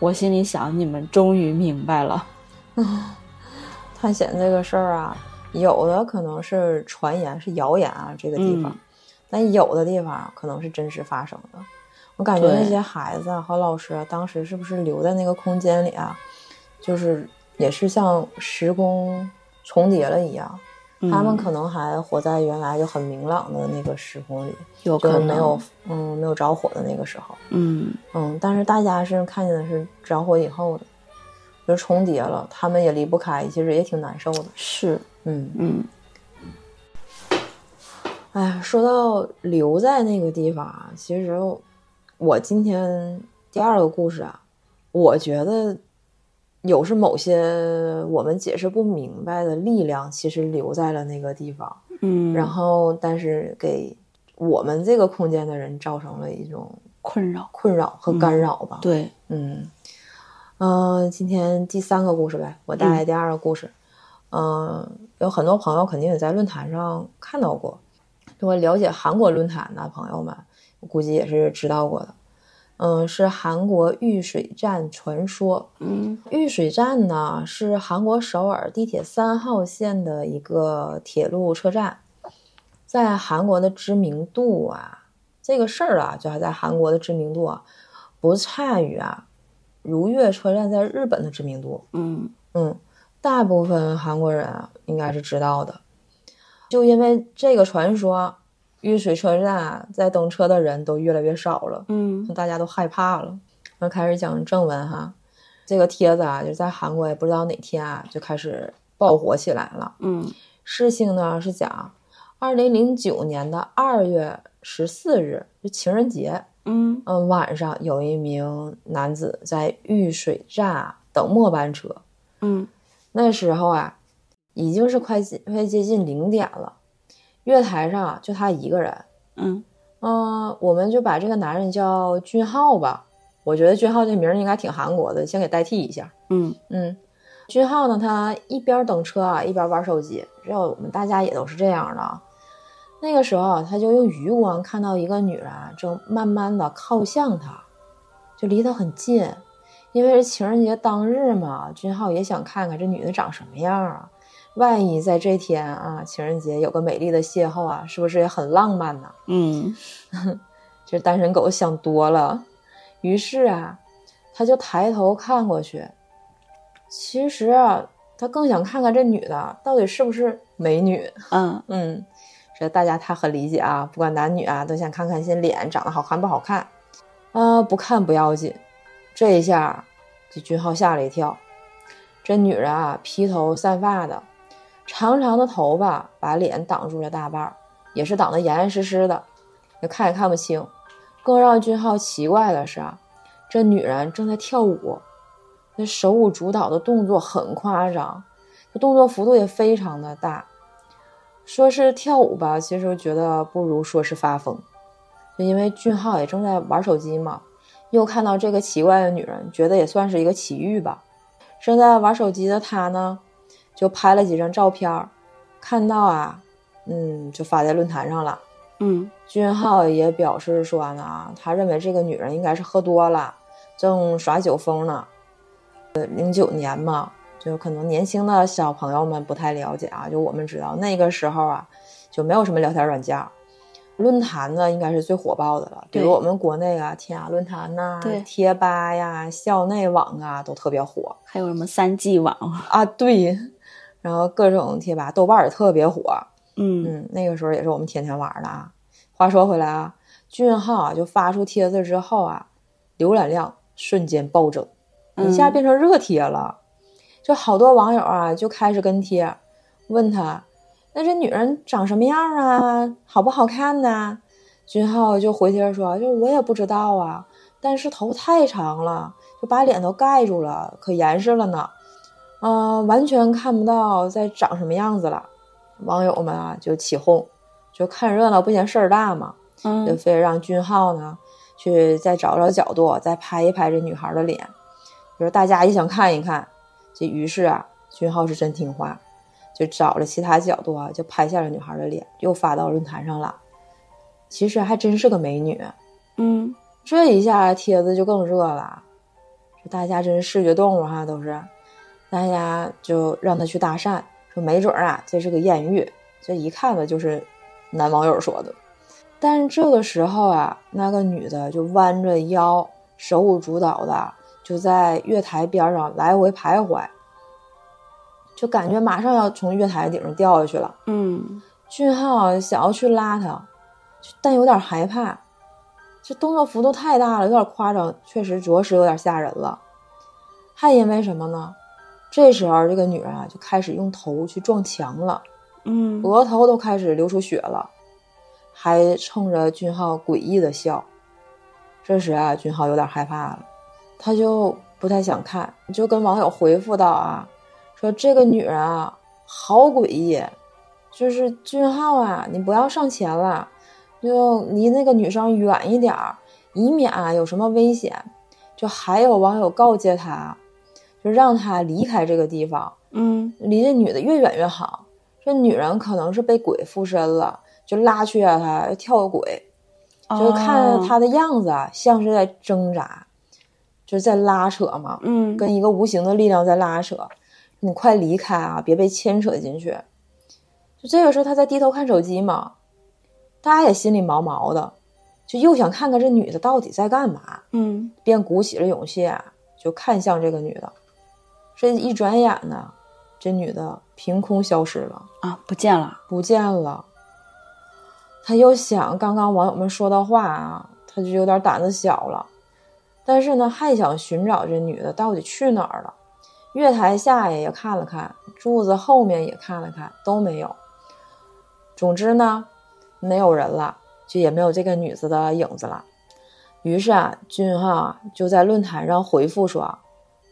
B: 我心里想，你们终于明白了。
A: 探险这个事儿啊，有的可能是传言，是谣言啊，这个地方，
B: 嗯
A: 但有的地方啊可能是真实发生的。我感觉
B: 对
A: 那些孩子啊和老师啊，当时是不是留在那个空间里啊，就是也是像时空重叠了一样，他们
B: 嗯
A: 可能还活在原来就很明朗的那个时空里，
B: 有
A: 就
B: 可能
A: 没有嗯没有着火的那个时候。
B: 嗯，
A: 嗯，但是大家是看见的是着火以后的，就是重叠了，他们也离不开，其实也挺难受的。
B: 是，
A: 嗯，
B: 嗯
A: 哎呀，说到留在那个地方啊，其实我今天第二个故事啊，我觉得有是某些我们解释不明白的力量，其实留在了那个地方，
B: 嗯，
A: 然后但是给我们这个空间的人造成了一种
B: 困扰，
A: 困扰和干扰吧。
B: 对，
A: 嗯，呃，今天第三个故事呗，我带来第二个故事。嗯、有很多朋友肯定也在论坛上看到过，如果了解韩国论坛的朋友们，估计也是知道过的。嗯，是韩国玉水站传说。
B: 嗯
A: 玉水站呢是韩国首尔地铁三号线的一个铁路车站，在韩国的知名度啊，这个事儿啊，就还在韩国的知名度啊，不差于啊如月车站在日本的知名度。
B: 嗯
A: 嗯，大部分韩国人啊应该是知道的。就因为这个传说，玉水车站啊在等车的人都越来越少了。
B: 嗯
A: 大家都害怕了。那开始讲正文哈，这个帖子啊，就在韩国也不知道哪天啊就开始爆火起来了。
B: 嗯
A: 事情呢是讲，二零零九年的二月十四日，就情人节，
B: 嗯
A: 嗯，晚上有一名男子在玉水站啊等末班车，
B: 嗯
A: 那时候啊已经是快接快接近零点了，月台上啊就他一个人，
B: 嗯
A: 嗯，我们就把这个男人叫俊浩吧。我觉得俊浩这名儿应该挺韩国的，先给代替一下。
B: 嗯
A: 嗯，俊浩呢，他一边等车啊，一边玩手机。知道我们大家也都是这样的啊。那个时候啊，他就用余光看到一个女人啊正慢慢的靠向他，就离他很近。因为是情人节当日嘛，俊浩也想看看这女的长什么样啊。万一在这天啊，情人节有个美丽的邂逅啊，是不是也很浪漫呢？
B: 嗯
A: 这单身狗想多了。于是啊，他就抬头看过去。其实啊，他更想看看这女的到底是不是美女。
B: 嗯
A: 嗯，这大家他很理解啊，不管男女啊，都想看看先脸长得好看不好看。啊、不看不要紧，这一下这俊浩吓了一跳。这女人啊，披头散发的，长长的头发把脸挡住了大半儿，也是挡得严严实实的，也看也看不清。更让俊浩奇怪的是啊，这女人正在跳舞，那手舞足蹈的动作很夸张，这动作幅度也非常的大。说是跳舞吧，其实我觉得不如说是发疯，就因为俊浩也正在玩手机嘛，又看到这个奇怪的女人，觉得也算是一个奇遇吧。正在玩手机的他呢，就拍了几张照片儿，看到啊，嗯，就发在论坛上了。
B: 嗯
A: 俊浩也表示说呢，他认为这个女人应该是喝多了，正耍酒疯呢。呃，零九年嘛，就可能年轻的小朋友们不太了解啊，就我们知道那个时候啊，就没有什么聊天软件儿，论坛呢应该是最火爆的了。比如
B: 对
A: 我们国内啊，天涯论坛呐、
B: 对
A: 贴吧呀、校内网啊，都特别火
B: 还有什么三 G 网？
A: 啊。对，然后各种贴吧、豆瓣儿也特别火。
B: 嗯
A: 嗯，那个时候也是我们天天玩的啊。话说回来啊，俊浩啊就发出帖子之后啊，浏览量瞬间暴增，一下
B: 嗯
A: 变成热帖了。就好多网友啊就开始跟贴，问他，那这女人长什么样啊？好不好看呢？俊浩就回帖说，就我也不知道啊，但是头太长了，就把脸都盖住了，可严实了呢。嗯、完全看不到在长什么样子了。网友们啊就起哄，就看热闹不嫌事儿大嘛，就
B: 嗯
A: 非得让俊浩呢去再找找角度，再拍一拍这女孩的脸，就是大家也想看一看。这于是啊，俊浩是真听话，就找了其他角度啊，就拍下了女孩的脸，又发到论坛上了。其实还真是个美女，
B: 嗯
A: 这一下帖子就更热了，就大家真是视觉动物哈，都是，大家就让他去搭讪，说没准儿啊，这是个艳遇，这一看呢就是男网友说的。但是这个时候啊，那个女的就弯着腰，手舞足蹈的，就在月台边上来回徘徊，就感觉马上要从月台顶上掉下去了。
B: 嗯
A: 俊浩想要去拉他，但有点害怕，这动作幅度太大了，有点夸张，确实着实有点吓人了。还因为什么呢？这时候这个女人啊，就开始用头去撞墙了，
B: 嗯
A: 额头都开始流出血了，还冲着俊浩诡异的笑。这时啊，俊浩有点害怕了，他就不太想看，就跟网友回复到啊，说这个女人啊，好诡异，就是俊浩啊，你不要上前了，就离那个女生远一点儿，以免啊有什么危险。就还有网友告诫他，就让他离开这个地方，
B: 嗯
A: 离这女的越远越好。这女人可能是被鬼附身了，就拉去啊她跳个鬼。就是
B: 哦
A: 看他的样子啊，像是在挣扎，就是在拉扯嘛，
B: 嗯，
A: 跟一个无形的力量在拉扯，你快离开啊，别被牵扯进去。就这个时候，他在低头看手机嘛，大家也心里毛毛的，就又想看看这女的到底在干嘛，
B: 嗯
A: 便鼓起了勇气啊，就看向这个女的。这一转眼呢，这女的凭空消失了。
B: 啊，不见了，
A: 不见了。他又想刚刚网友们说的话啊，他就有点胆子小了，但是呢，还想寻找这女的到底去哪儿了。月台下呀也看了看，柱子后面也看了看，都没有。总之呢，没有人了，就也没有这个女子的影子了。于是啊，俊浩就在论坛上回复说：“啊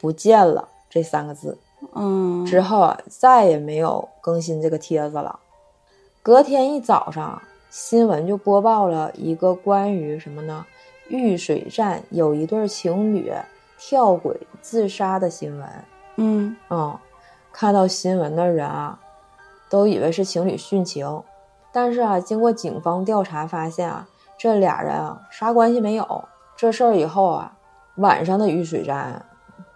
A: 不见了”这三个字。
B: 嗯，
A: 之后啊，再也没有更新这个帖子了。隔天一早上，啊新闻就播报了一个关于什么呢？玉水站有一对情侣跳轨自杀的新闻。
B: 嗯
A: 嗯，看到新闻的人啊，都以为是情侣殉情，但是啊，经过警方调查发现啊，这俩人啊啥关系没有。这事儿以后啊，晚上的雨水站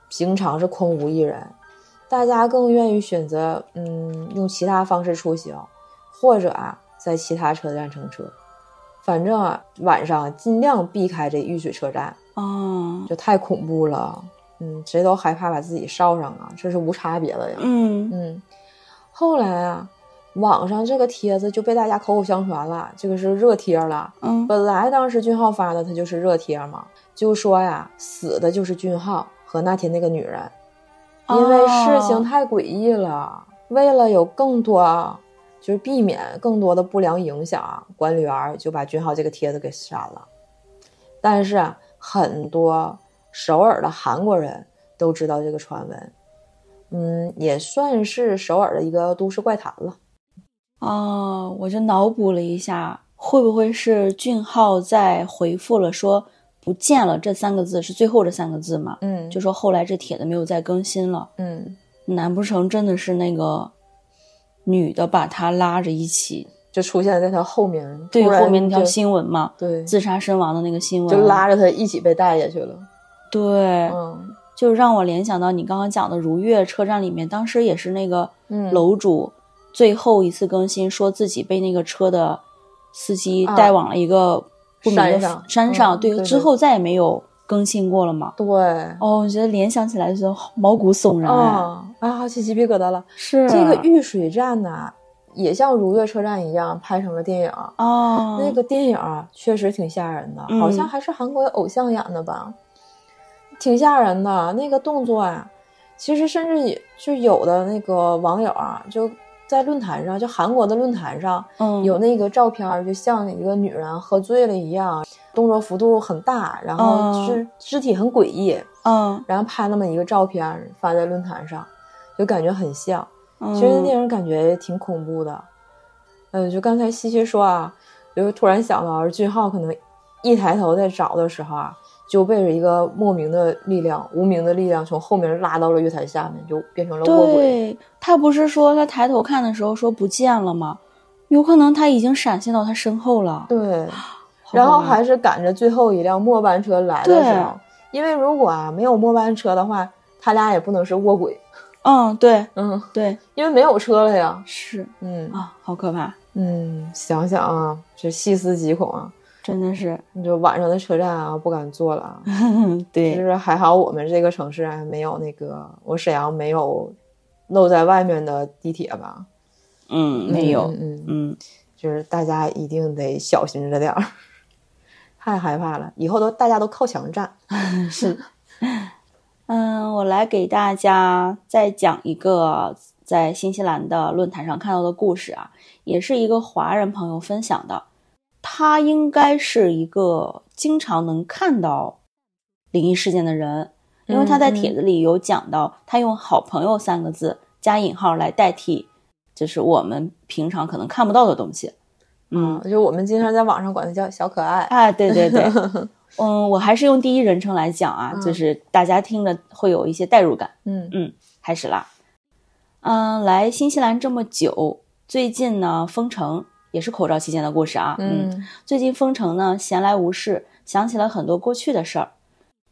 A: 经常是空无一人，大家更愿意选择嗯用其他方式出行，或者啊在其他车站乘车。反正啊，晚上尽量避开这玉水车站。
B: 哦，
A: 这太恐怖了，嗯，谁都害怕把自己烧上啊，这是无差别的呀，
B: 嗯
A: 嗯。后来啊，网上这个帖子就被大家口口相传了，这个是热贴了。
B: 嗯
A: 本来当时俊浩发的，他就是热贴嘛，就说呀，死的就是俊浩和那天那个女人，因为事
B: 哦
A: 情太诡异了。为了有更多，就是避免更多的不良影响啊，管理员儿就把俊浩这个帖子给删了。但是啊，很多首尔的韩国人都知道这个传闻，嗯，也算是首尔的一个都市怪谈了。
B: 哦，我就脑补了一下，会不会是俊浩在回复了说不见了这三个字是最后这三个字嘛？
A: 嗯
B: 就说后来这帖子没有再更新了，
A: 嗯，
B: 难不成真的是那个女的把他拉着一起？
A: 就出现在他后面，
B: 对，
A: 突然
B: 后面那条
A: 就
B: 新闻嘛，
A: 对，
B: 自杀身亡的那个新闻，
A: 就拉着他一起被带下去了。
B: 对，
A: 嗯
B: 就让我联想到你刚刚讲的如月车站里面，当时也是那个
A: 嗯，
B: 楼主最后一次更新，说自己被那个车的司机
A: 啊
B: 带往了一个不明的
A: 山上
B: 山上，
A: 嗯
B: 对，
A: 对
B: 之后再也没有更新过了嘛。
A: 对，
B: 哦，我觉得联想起来就毛骨悚然，
A: 啊啊，起鸡皮疙瘩了。
B: 是
A: 这个玉水站呢、也像如月车站一样拍成了电影。
B: 哦，
A: 那个电影啊确实挺吓人的，
B: 嗯
A: 好像还是韩国偶像演的吧，挺吓人的。那个动作啊，其实甚至也就有的那个网友啊，就在论坛上，就韩国的论坛上
B: 嗯
A: 有那个照片儿，就像一个女人喝醉了一样，动作幅度很大，然后
B: 哦
A: 肢肢体很诡异，
B: 嗯
A: 然后拍那么一个照片儿发在论坛上，就感觉很像。
B: 嗯，
A: 其实那电影感觉挺恐怖的。嗯、就刚才西西说啊，就突然想到俊浩可能一抬头在找的时候啊，就被一个莫名的力量、无名的力量从后面拉到了月台下面，就变成了卧轨。
B: 对他不是说他抬头看的时候说不见了吗？有可能他已经闪现到他身后了，
A: 对，
B: 好
A: 然后
B: 吧
A: 还是赶着最后一辆末班车来的时候，因为如果啊没有末班车的话，他俩也不能是卧轨。
B: 嗯，对
A: 嗯，
B: 对
A: 因为没有车了呀。
B: 是
A: 嗯
B: 啊，好可怕，
A: 嗯，想想啊，这细思极恐啊！
B: 真的 是，
A: 你就晚上的车站啊，不敢坐了啊。就
B: 嗯对，
A: 是还好我们这个城市还没有那个，我沈阳没有露在外面的地铁吧？
B: 嗯，没有，
A: 嗯，嗯
B: 嗯，
A: 就是大家一定得小心着点儿，太害怕了。以后都大家都靠墙站。
B: 是，嗯，我来给大家再讲一个在新西兰的论坛上看到的故事啊，也是一个华人朋友分享的，他应该是一个经常能看到灵异事件的人，因为他在
A: 嗯嗯
B: 帖子里有讲到，他用“好朋友”三个字加引号来代替，就是我们平常可能看不到的东西，嗯。
A: 嗯，就我们经常在网上管它叫小可爱。
B: 啊，对对对，嗯，我还是用第一人称来讲啊，
A: 嗯
B: 就是大家听着会有一些代入感。
A: 嗯
B: 开始啦，嗯，来新西兰这么久，最近呢封城，也是口罩期间的故事啊。嗯，
A: 嗯
B: 最近封城呢，闲来无事，想起了很多过去的事儿。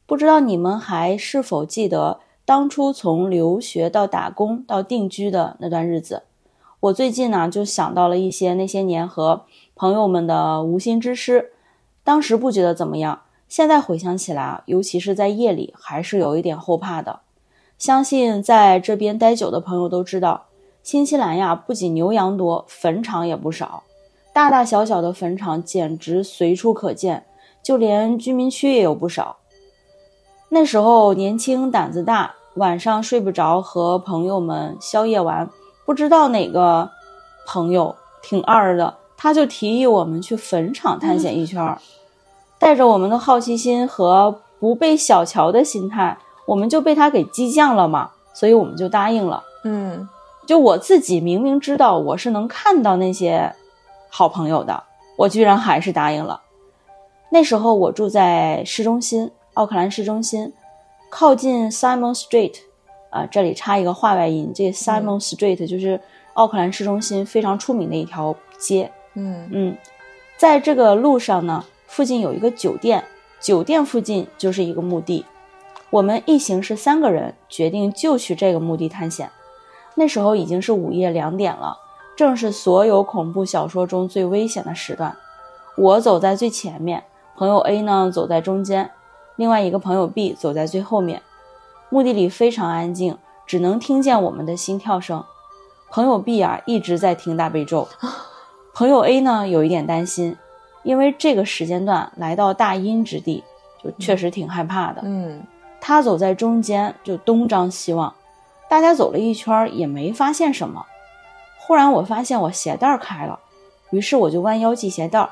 B: 不知道你们还是否记得当初从留学到打工到定居的那段日子？我最近呢就想到了一些那些年和朋友们的无心之失，当时不觉得怎么样，现在回想起来啊，尤其是在夜里，还是有一点后怕的。相信在这边待久的朋友都知道，新西兰呀不仅牛羊多，坟场也不少。大大小小的坟场简直随处可见，就连居民区也有不少。那时候年轻胆子大，晚上睡不着，和朋友们宵夜玩，不知道哪个朋友挺二的，他就提议我们去坟场探险一圈儿。带着我们的好奇心和不被小瞧的心态，我们就被他给激将了嘛，所以我们就答应了。
A: 嗯
B: 就我自己明明知道我是能看到那些好朋友的，我居然还是答应了。那时候我住在市中心，奥克兰市中心，靠近 Simon Street，啊、这里插一个话外音，这 Simon Street 就是奥克兰市中心非常出名的一条街。
A: 嗯
B: 嗯，在这个路上呢，附近有一个酒店，酒店附近就是一个墓地。我们一行是三个人，决定就去这个墓地探险。那时候已经是午夜两点了，正是所有恐怖小说中最危险的时段。我走在最前面，朋友 A 呢走在中间，另外一个朋友 B 走在最后面。墓地里非常安静，只能听见我们的心跳声。朋友 B 啊一直在听大悲咒，朋友 A 呢有一点担心，因为这个时间段来到大阴之地，就确实挺害怕的。
A: 嗯
B: 他走在中间，就东张西望。大家走了一圈儿也没发现什么。忽然我发现我鞋带儿开了，于是我就弯腰系鞋带儿。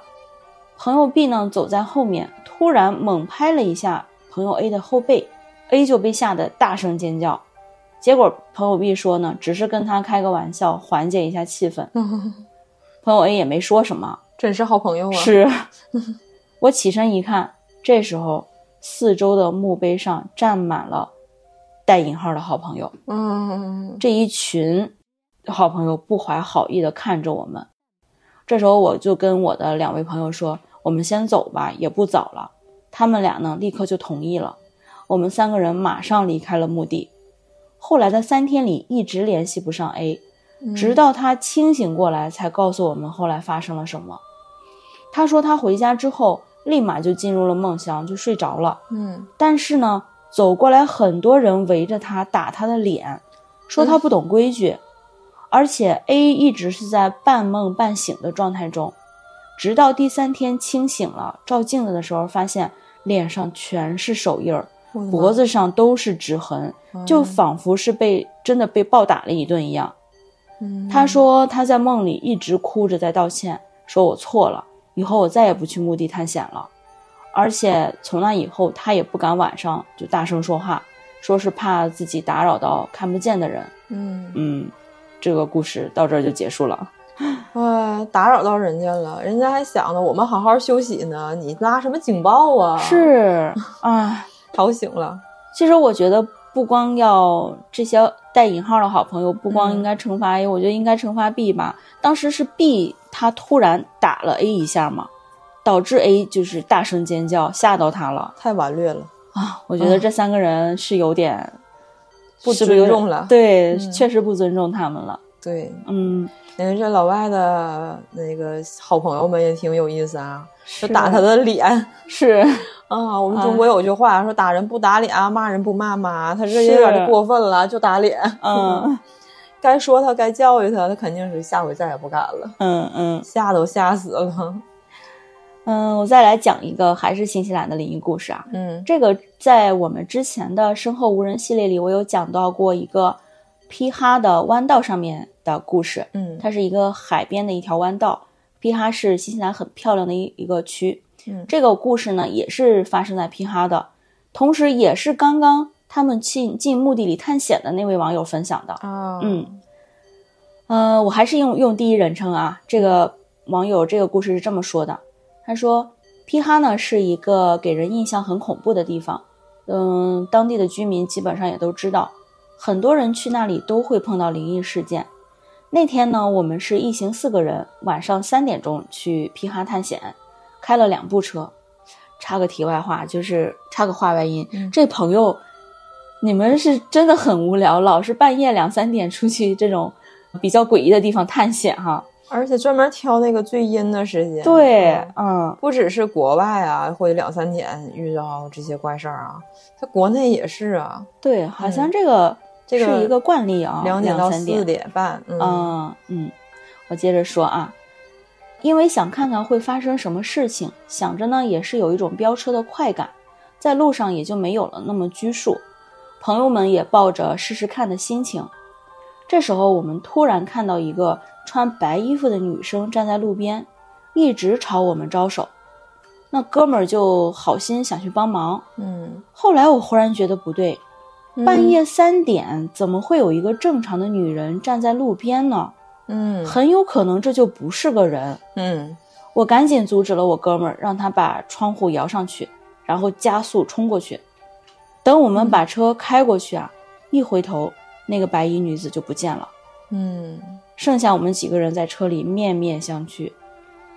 B: 朋友 B 呢走在后面，突然猛拍了一下朋友 A 的后背，A 就被吓得大声尖叫。结果朋友 B 说呢，只是跟他开个玩笑，缓解一下气氛。
A: 嗯，
B: 朋友 A 也没说什么，
A: 真是好朋友啊。
B: 是， 我起身一看，这时候四周的墓碑上站满了带引号的好朋友，
A: 嗯，
B: 这一群好朋友不怀好意的看着我们。这时候我就跟我的两位朋友说：“我们先走吧，也不早了。”他们俩呢，立刻就同意了。我们三个人马上离开了墓地。后来的三天里，一直联系不上 A，
A: 嗯
B: 直到他清醒过来，才告诉我们后来发生了什么。他说他回家之后，立马就进入了梦乡，就睡着了。
A: 嗯
B: 但是呢，走过来很多人围着他打他的脸，说他不懂规矩，而且 A 一直是在半梦半醒的状态中，直到第三天清醒了，照镜子的时候发现脸上全是手印儿，
A: 我的妈
B: 脖子上都是指痕，就仿佛是被真的被暴打了一顿一样。
A: 嗯
B: 他说他在梦里一直哭着在道歉，说我错了，以后我再也不去墓地探险了。而且从那以后，他也不敢晚上就大声说话，说是怕自己打扰到看不见的人。
A: 嗯
B: 嗯，这个故事到这儿就结束了。
A: 哎，打扰到人家了，人家还想呢，我们好好休息呢，你拉什么警报啊？
B: 是啊，
A: 吵醒了，
B: 其实我觉得不光要这些带引号的好朋友，不光
A: 嗯
B: 应该惩罚 A，、我觉得应该惩罚 B 吧。当时是 B 他突然打了 A 一下嘛，导致 A 就是大声尖叫，吓到他了。
A: 太顽劣了。
B: 啊，我觉得
A: 啊
B: 这三个人是有点
A: 不
B: 是
A: 尊
B: 有点
A: 重了
B: 对，
A: 嗯
B: 确实不尊重他们了。
A: 对，
B: 嗯，
A: 因为这老外的那个好朋友们也挺有意思啊，就是打他的脸
B: 是，
A: 啊。我们
B: 啊
A: 中国有句话说，打人不打脸，啊骂人不骂妈，他这也有点
B: 是
A: 过分了，就打脸。
B: 嗯
A: 该说他，该教育他，他肯定是下回再也不敢了，
B: 嗯嗯
A: 吓都吓死了。
B: 嗯，我再来讲一个还是新西兰的灵异故事啊。
A: 嗯
B: 这个在我们之前的身后无人系列里，我有讲到过一个皮哈的弯道上面的故事。
A: 嗯
B: 它是一个海边的一条弯道。皮哈是新西兰很漂亮的一一个区。
A: 嗯
B: 这个故事呢也是发生在皮哈的，同时也是刚刚他们进进墓地里探险的那位网友分享的。
A: 啊
B: 嗯，呃，我还是用用第一人称啊。这个网友这个故事是这么说的，他说皮哈呢是一个给人印象很恐怖的地方，嗯，当地的居民基本上也都知道，很多人去那里都会碰到灵异事件。那天呢，我们是一行四个人，晚上三点钟去皮哈探险，开了两部车。插个题外话，就是插个话外音，
A: 嗯
B: 这朋友，你们是真的很无聊，老是半夜两三点出去这种比较诡异的地方探险哈。
A: 而且专门挑那个最阴的时间。
B: 对
A: 嗯，
B: 嗯，
A: 不只是国外啊，会两三点遇到这些怪事儿啊，它国内也是啊，
B: 对，好像
A: 嗯
B: 这个
A: 这个
B: 是一个惯例啊，
A: 两点到
B: 三
A: 四点半，嗯，
B: 嗯嗯，我接着说啊，因为想看看会发生什么事情，想着呢也是有一种飙车的快感，在路上也就没有了那么拘束。朋友们也抱着试试看的心情。这时候，我们突然看到一个穿白衣服的女生站在路边，一直朝我们招手。那哥们儿就好心想去帮忙。
A: 嗯，
B: 后来我忽然觉得不对，半夜三点怎么会有一个正常的女人站在路边呢？
A: 嗯，嗯
B: 很有可能这就不是个人。
A: 嗯
B: 我赶紧阻止了我哥们儿，让他把窗户摇上去，然后加速冲过去。等我们把车开过去啊，一回头，那个白衣女子就不见了，
A: 嗯
B: 剩下我们几个人在车里面面相觑。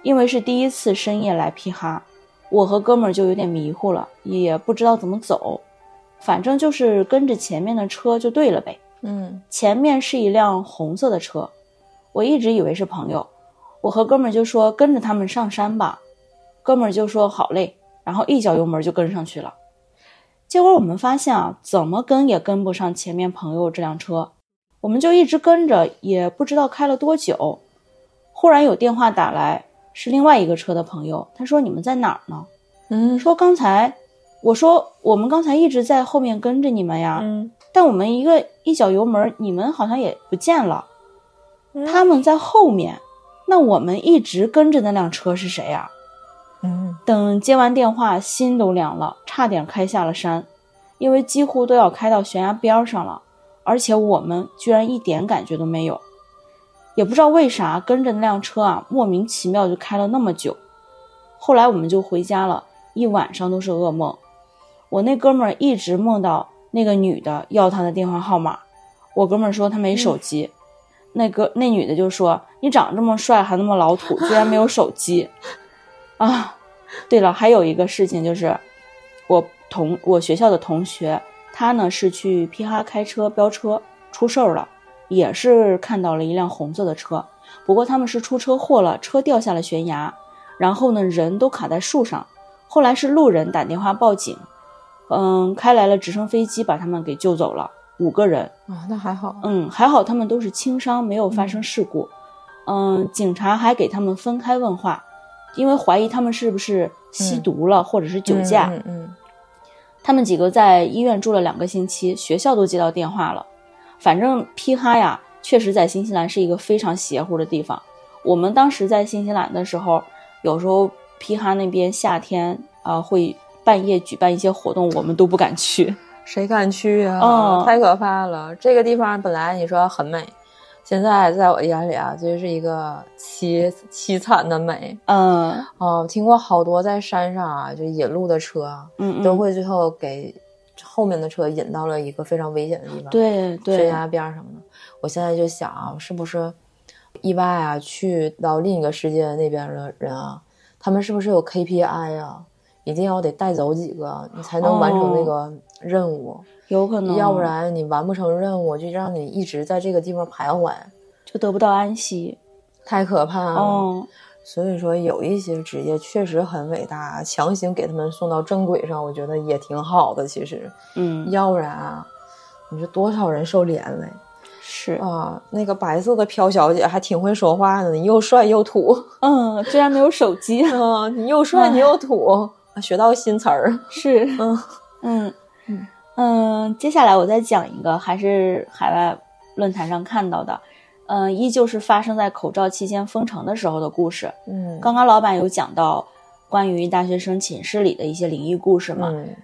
B: 因为是第一次深夜来皮哈，我和哥们儿就有点迷糊了，也不知道怎么走，反正就是跟着前面的车就对了呗。
A: 嗯
B: 前面是一辆红色的车，我一直以为是朋友，我和哥们儿就说跟着他们上山吧，哥们儿就说好嘞，然后一脚油门就跟上去了。结果我们发现啊，怎么跟也跟不上前面朋友这辆车，我们就一直跟着，也不知道开了多久。忽然有电话打来，是另外一个车的朋友，他说你们在哪儿呢？
A: 嗯，
B: 说刚才，我说我们刚才一直在后面跟着你们呀。
A: 嗯，
B: 但我们一个一脚油门，你们好像也不见了。
A: 嗯
B: 他们在后面，那我们一直跟着那辆车是谁啊呀、
A: 嗯
B: 等接完电话，心都凉了，差点开下了山，因为几乎都要开到悬崖边上了，而且我们居然一点感觉都没有，也不知道为啥跟着那辆车啊，莫名其妙就开了那么久。后来我们就回家了，一晚上都是噩梦。我那哥们儿一直梦到那个女的要他的电话号码，我哥们儿说他没手机，那个那女的就说你长这么帅还那么老土，居然没有手机， 啊！对了，还有一个事情就是，我同我学校的同学，他呢是去皮哈开车飙车出事儿了，也是看到了一辆红色的车，不过他们是出车祸了，车掉下了悬崖，然后呢人都卡在树上，后来是路人打电话报警，嗯，开来了直升飞机把他们给救走了，五个人，
A: 啊，那还好，
B: 嗯，还好他们都是轻伤，没有发生事故。嗯，警察还给他们分开问话，因为怀疑他们是不是吸毒了、或者是酒驾。
A: 嗯嗯
B: 他们几个在医院住了两个星期，学校都接到电话了。反正皮哈呀，确实在新西兰是一个非常邪乎的地方。我们当时在新西兰的时候，有时候皮哈那边夏天啊、会半夜举办一些活动，我们都不敢去。
A: 嗯谁敢去啊？
B: 嗯
A: 太可怕了！这个地方本来你说很美，现在在我眼里啊，就是一个凄凄惨的美。
B: 嗯
A: 哦，听过好多在山上啊，就引路的车啊，
B: 嗯
A: 都
B: 嗯，
A: 会最后给后面的车引到了一个非常危险的地方，，
B: 对对
A: 悬，崖边儿什么的。我现在就想啊，是不是意外啊，去到另一个世界那边的人啊，他们是不是有 KPI 啊？一定要得带走几个，你才能完成
B: 哦
A: 那个任务，
B: 有可能，
A: 要不然你完不成任务，就让你一直在这个地方徘徊，
B: 就得不到安息。
A: 太可怕了。
B: 哦，
A: 所以说，有一些职业确实很伟大，强行给他们送到正轨上，我觉得也挺好的。其实，
B: 嗯，
A: 要不然啊，你说多少人受连累
B: 是，
A: 啊？那个白色的飘小姐还挺会说话呢，你又帅又土，
B: 嗯，居然没有手机，
A: 啊，你又帅
B: 哎
A: 你又土，啊学到新词儿。
B: 是，
A: 嗯
B: 嗯
A: 嗯
B: 嗯，接下来我再讲一个，还是海外论坛上看到的，嗯，依旧是发生在口罩期间封城的时候的故事。
A: 嗯，
B: 刚刚老板有讲到关于大学生寝室里的一些灵异故事嘛，
A: 嗯，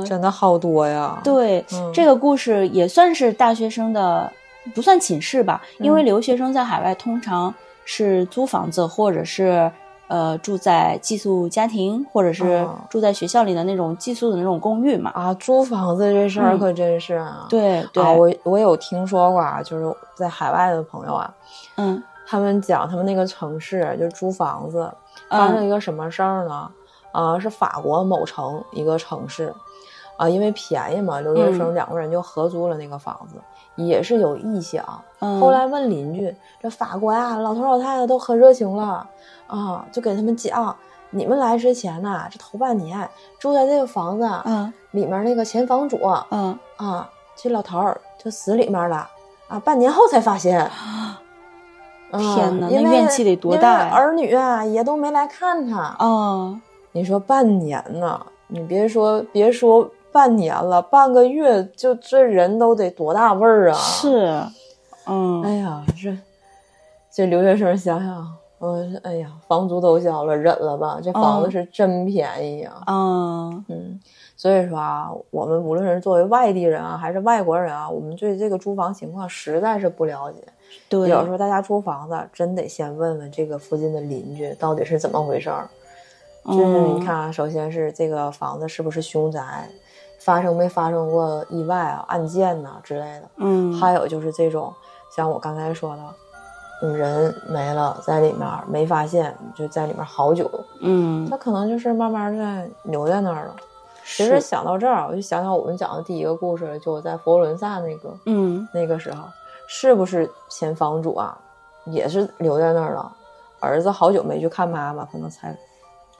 B: 嗯，
A: 真的好多呀。，
B: 对，
A: 嗯
B: 这个故事也算是大学生的，不算寝室吧，因为
A: 嗯
B: 留学生在海外通常是租房子或者是呃住在寄宿家庭或者是
A: 哦
B: 住在学校里的那种寄宿的那种公寓嘛。
A: 啊，租房子这事儿
B: 嗯
A: 可真是啊，
B: 对对、
A: 啊，我我有听说过啊，就是在海外的朋友啊，
B: 嗯
A: 他们讲他们那个城市啊就是租房子发生
B: 嗯
A: 一个什么事儿呢？啊，是法国某城一个城市，啊，因为便宜嘛，留学
B: 嗯
A: 生两个人就合租了那个房子，也是有异响。
B: 嗯，
A: 后来问邻居，这法国呀、老头老太太都可热情了啊，就给他们讲，你们来之前呐、这头半年住在这个房子啊
B: 嗯
A: 里面那个前房主啊，
B: 嗯
A: 这老头儿就死里面了啊，半年后才发现。 啊
B: 天哪
A: 因
B: 那
A: 为
B: 怨气得多
A: 因为
B: 大呀
A: 儿女啊也都没来看他
B: 哦
A: 你说半年呢？你别说，别说半年了，半个月就这人都得多大味儿啊！，
B: 是，嗯
A: 哎呀，这这留学生想想，我哎呀，房租都交了，忍了吧，这房子
B: 嗯
A: 是真便宜呀、啊
B: 嗯
A: 嗯，所以说啊，我们无论是作为外地人啊，还是外国人啊，我们对这个租房情况实在是不了解。
B: 对，
A: 有时候大家租房子，真得先问问这个附近的邻居到底是怎么回事儿。就是
B: 嗯
A: 你看啊，首先是这个房子是不是凶宅，发生没发生过意外啊、案件呐、之类的。
B: 嗯
A: 还有就是这种，像我刚才说的，嗯人没了在里面儿没发现，就在里面儿好久，
B: 嗯
A: 他可能就是慢慢在留在那儿了。其实
B: 是
A: 想到这儿啊，我就想想我们讲的第一个故事了，就我在佛罗伦萨那个
B: 嗯
A: 那个时候，是不是前房主啊，也是留在那儿了？儿子好久没去看妈妈，可能才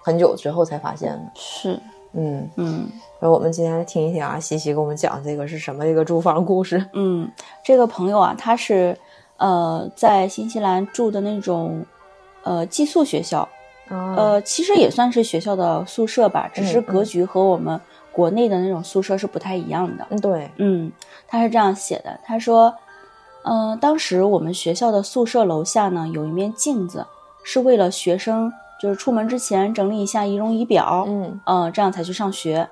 A: 很久之后才发现的。
B: 是
A: 嗯，
B: 嗯。
A: 所以我们今天听一听啊，西西给我们讲这个是什么一个住房故事。
B: 嗯，这个朋友啊，他是呃在新西兰住的那种呃寄宿学校，
A: 啊，
B: 呃，其实也算是学校的宿舍吧，只是
A: 嗯嗯
B: 格局和我们国内的那种宿舍是不太一样的。
A: 嗯，对，
B: 嗯，他是这样写的，他说，嗯、当时我们学校的宿舍楼下呢有一面镜子，是为了学生就是出门之前整理一下仪容仪表，
A: 嗯
B: 呃，这样才去上学。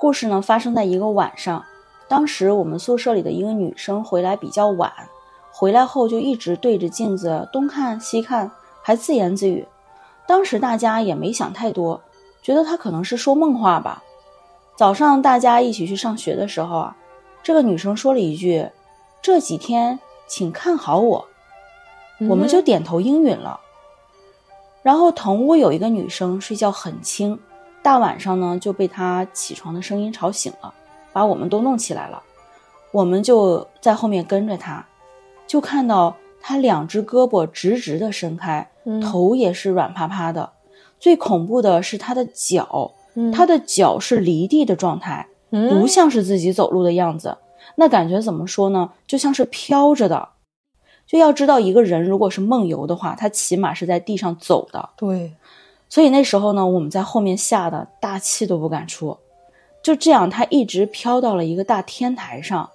B: 故事呢发生在一个晚上，当时我们宿舍里的一个女生回来比较晚，回来后就一直对着镜子东看西看，还自言自语。当时大家也没想太多，觉得她可能是说梦话吧。早上大家一起去上学的时候啊，这个女生说了一句：“这几天请看好我。”我们就点头应允了。然后同屋有一个女生睡觉很轻，大晚上呢就被她起床的声音吵醒了，把我们都弄起来了。我们就在后面跟着她，就看到她两只胳膊直直的伸开，
A: 嗯，
B: 头也是软趴趴的。最恐怖的是她的脚，
A: 嗯
B: 她的脚是离地的状态，不
A: 嗯
B: 像是自己走路的样子。那感觉怎么说呢？就像是飘着的。就要知道，一个人如果是梦游的话，他起码是在地上走的。
A: 对，
B: 所以那时候呢，我们在后面吓得大气都不敢出。就这样，他一直飘到了一个大天台上，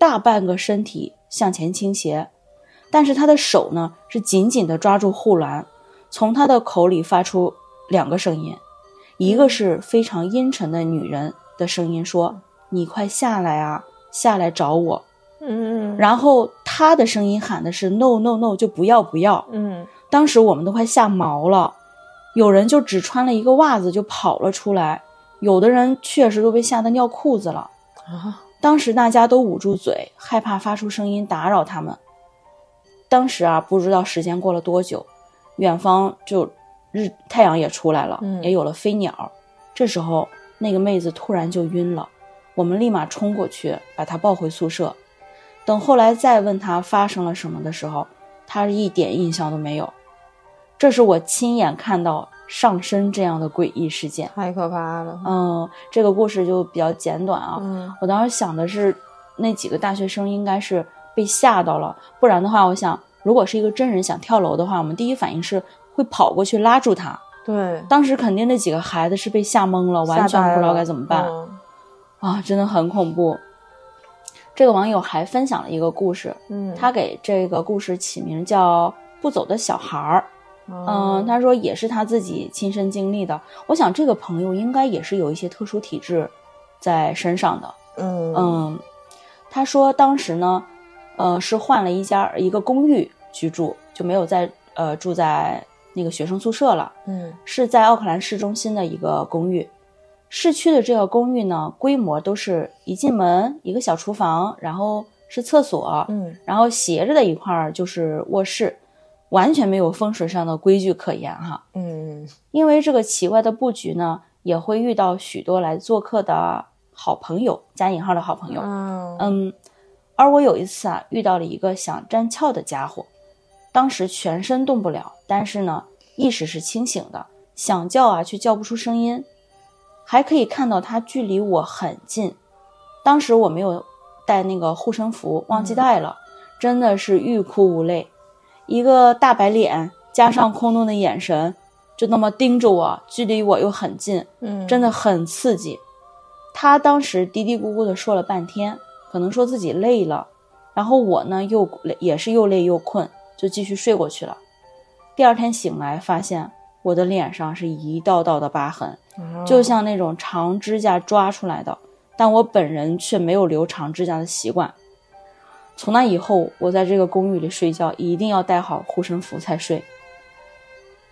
B: 大半个身体向前倾斜，但是他的手呢是紧紧地抓住护栏，从他的口里发出两个声音，一个是非常阴沉的女人的声音说：“你快下来啊，下来找我。
A: 嗯”
B: 然后他的声音喊的是 “no no no”，就不要不要。
A: 嗯
B: 当时我们都快吓毛了，有人就只穿了一个袜子就跑了出来，有的人确实都被吓得尿裤子了。
A: 啊，
B: 当时大家都捂住嘴，害怕发出声音打扰他们。当时啊，不知道时间过了多久，远方就日太阳也出来了，
A: 嗯
B: 也有了飞鸟。这时候，那个妹子突然就晕了，我们立马冲过去把她抱回宿舍。等后来再问她发生了什么的时候，她一点印象都没有。这是我亲眼看到上身这样的诡异事件。
A: 太可怕了。
B: 嗯，这个故事就比较简短啊。
A: 嗯
B: 我当时想的是，那几个大学生应该是被吓到了，不然的话，我想如果是一个真人想跳楼的话，我们第一反应是会跑过去拉住他。
A: 对，
B: 当时肯定那几个孩子是被吓懵了，完全
A: 吓呆
B: 不知道
A: 了
B: 该怎么办、
A: 嗯
B: 啊，真的很恐怖。这个网友还分享了一个故事，
A: 嗯，
B: 他给这个故事起名叫“不走的小孩儿”。
A: 哦
B: 嗯，他说也是他自己亲身经历的。我想这个朋友应该也是有一些特殊体质在身上的。
A: 嗯
B: 嗯，他说当时呢，呃，是换了一家一个公寓居住，就没有在呃住在那个学生宿舍了，
A: 嗯
B: 是在奥克兰市中心的一个公寓。市区的这个公寓呢，规模都是一进门一个小厨房，然后是厕所，
A: 嗯
B: 然后斜着的一块儿就是卧室，完全没有风水上的规矩可言哈。
A: 嗯
B: 因为这个奇怪的布局呢，也会遇到许多来做客的好朋友（加引号的好朋友）。
A: 嗯
B: 嗯，而我有一次啊，遇到了一个想占翘的家伙，当时全身动不了，但是呢，意识是清醒的，想叫啊却叫不出声音，还可以看到他距离我很近。当时我没有带那个护身符，忘记带了，真的是欲哭无泪。一个大白脸加上空洞的眼神，就那么盯着我，距离我又很近，
A: 嗯，
B: 真的很刺激。他当时嘀嘀咕咕的说了半天，可能说自己累了，然后我呢又也是又累又困，就继续睡过去了。第二天醒来，发现我的脸上是一道道的疤痕，就像那种长指甲抓出来的，但我本人却没有留长指甲的习惯。从那以后，我在这个公寓里睡觉一定要带好护身符才睡。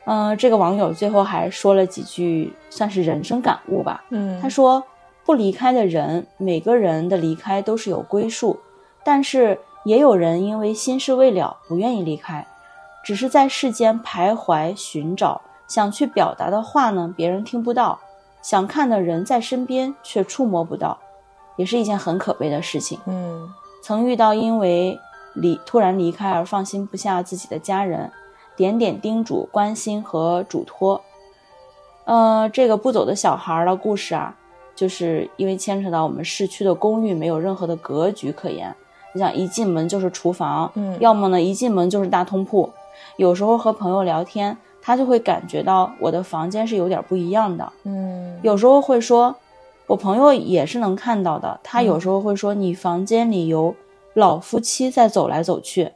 B: 嗯、这个网友最后还说了几句算是人生感悟吧。
A: 嗯，
B: 他说，不离开的人，每个人的离开都是有归宿，但是也有人因为心事未了不愿意离开，只是在世间徘徊寻找，想去表达的话呢，别人听不到，想看的人在身边却触摸不到，也是一件很可悲的事情。
A: 嗯
B: 曾遇到因为离突然离开而放心不下自己的家人，点点叮嘱、关心和嘱托。呃，这个不走的小孩儿的故事啊，就是因为牵扯到我们市区的公寓没有任何的格局可言。你想一进门就是厨房，
A: 嗯
B: 要么呢一进门就是大通铺。有时候和朋友聊天，他就会感觉到我的房间是有点不一样的。
A: 嗯
B: 有时候会说，我朋友也是能看到的。他
A: 嗯
B: 有时候会说，你房间里有老夫妻在走来走去，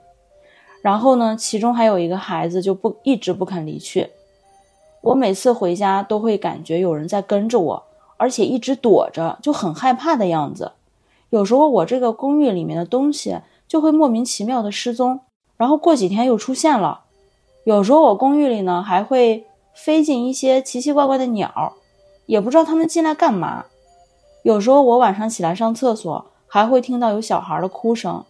B: 然后呢，其中还有一个孩子就不一直不肯离去。我每次回家都会感觉有人在跟着我，而且一直躲着，就很害怕的样子。有时候我这个公寓里面的东西就会莫名其妙的失踪，然后过几天又出现了。有时候我公寓里呢还会飞进一些奇奇怪怪的鸟，也不知道他们进来干嘛。有时候我晚上起来上厕所，还会听到有小孩的哭声。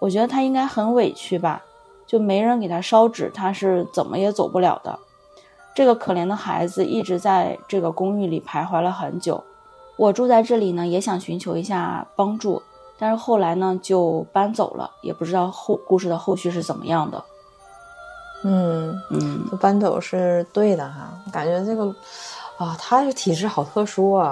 B: 我觉得他应该很委屈吧，就没人给他烧纸，他是怎么也走不了的。这个可怜的孩子一直在这个公寓里徘徊了很久。我住在这里呢，也想寻求一下帮助，但是后来呢就搬走了，也不知道后故事的后续是怎么样的。
A: 嗯，
B: 嗯，
A: 就搬走是对的哈，感觉这个啊，他这体质好特殊啊，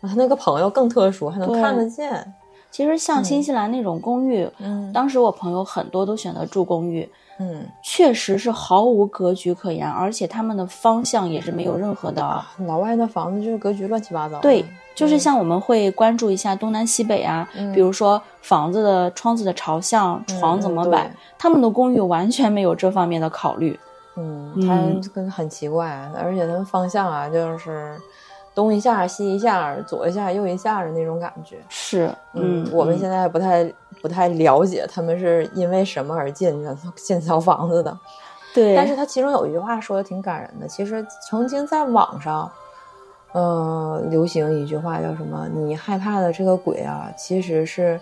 A: 啊他那个朋友更特殊，还能
B: 对
A: 看得见。
B: 其实像
A: 嗯
B: 新西兰那种公寓，
A: 嗯
B: 当时我朋友很多都选择住公寓，
A: 嗯，
B: 确实是毫无格局可言，而且他们的方向也是没有任何的。啊
A: 老外那房子就是格局乱七八糟的。
B: 对，就是像我们会关注一下东南西北啊，
A: 嗯
B: 比如说房子的窗子的朝向、
A: 嗯
B: 床怎么摆，？他们的公寓完全没有这方面的考虑。
A: 嗯
B: 嗯
A: 对嗯，他这个很奇怪，而且他们方向啊，就是东一下西一下，左一下右一下的那种感觉。
B: 是，嗯，
A: 我们
B: 嗯
A: 现在不太不太了解他们是因为什么而建的建造房子的。
B: 对，
A: 但是他其中有一句话说的挺感人的，其实曾经在网上，呃，流行一句话叫什么？你害怕的这个鬼啊，其实是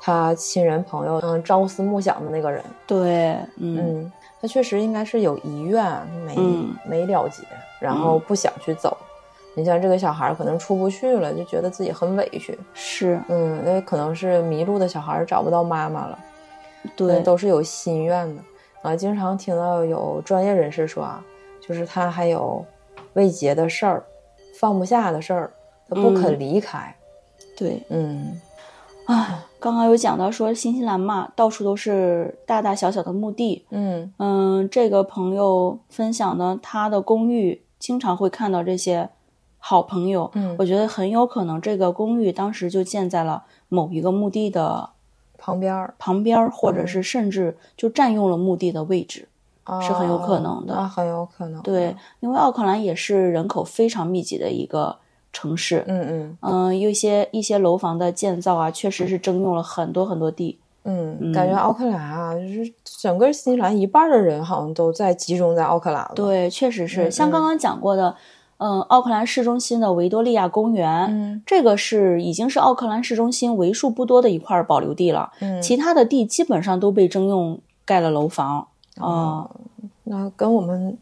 A: 他亲人朋友嗯朝思暮想的那个人。
B: 对，嗯，
A: 嗯，他确实应该是有遗愿没、
B: 嗯
A: 没了结，然后不想去走。你像这个小孩儿可能出不去了，就觉得自己很委屈。
B: 是
A: 嗯，那可能是迷路的小孩儿找不到妈妈了。那
B: 对，
A: 嗯都是有心愿的啊。经常听到有专业人士说啊，就是他还有未结的事儿，放不下的事儿，他
B: 嗯
A: 不肯离开。
B: 对。
A: 嗯
B: 啊，刚刚有讲到说新西兰嘛，到处都是大大小小的墓地，
A: 嗯
B: 嗯，这个朋友分享呢，他的公寓经常会看到这些好朋友，
A: 嗯
B: 我觉得很有可能这个公寓当时就建在了某一个墓地的
A: 旁边儿、
B: 旁边儿，或
A: 哦
B: 者是甚至就占用了墓地的位置。
A: 啊、
B: 是很有可能的
A: 那很有可能。
B: 对，，因为奥克兰也是人口非常密集的一个城市，
A: 嗯嗯
B: 嗯，有一些一些楼房的建造啊，确实是征用了很多很多地。
A: 嗯，
B: 嗯
A: 感觉奥克兰啊，就是整个新西兰一半的人好像都在集中在奥克兰了。，
B: 对，确实是
A: 嗯
B: 像刚
A: 嗯
B: 刚讲过的，嗯，奥克兰市中心的维多利亚公园，
A: 嗯
B: 这个是已经是奥克兰市中心为数不多的一块保留地了，
A: 嗯，
B: 其他的地基本上都被征用盖了楼房。
A: 哦
B: 哦，
A: 那跟我们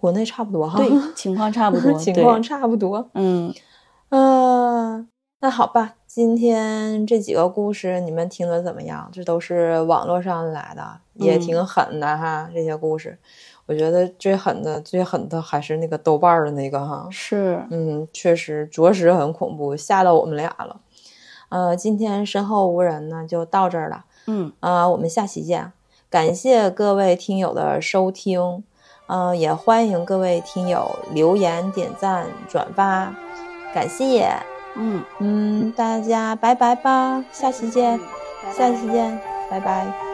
A: 国内差不多哈，
B: 对，情况差不多，
A: 哦 情
B: 对
A: 况差不多。
B: 嗯，
A: 嗯、那好吧，今天这几个故事你们听得怎么样？这都是网络上来的，也
B: 嗯
A: 挺狠的哈。这些故事，我觉得最狠的、最狠的还是那个豆瓣儿的那个哈。
B: 是，
A: 嗯，确实，着实很恐怖，吓到我们俩了。呃，今天身后无人呢，就到这儿了。
B: 嗯，
A: 啊，我们下期见。感谢各位听友的收听，呃，也欢迎各位听友留言、点赞、转发，感谢。
B: 嗯，
A: 嗯，大家拜拜吧，下期见，
B: 拜拜
A: 下期见，拜拜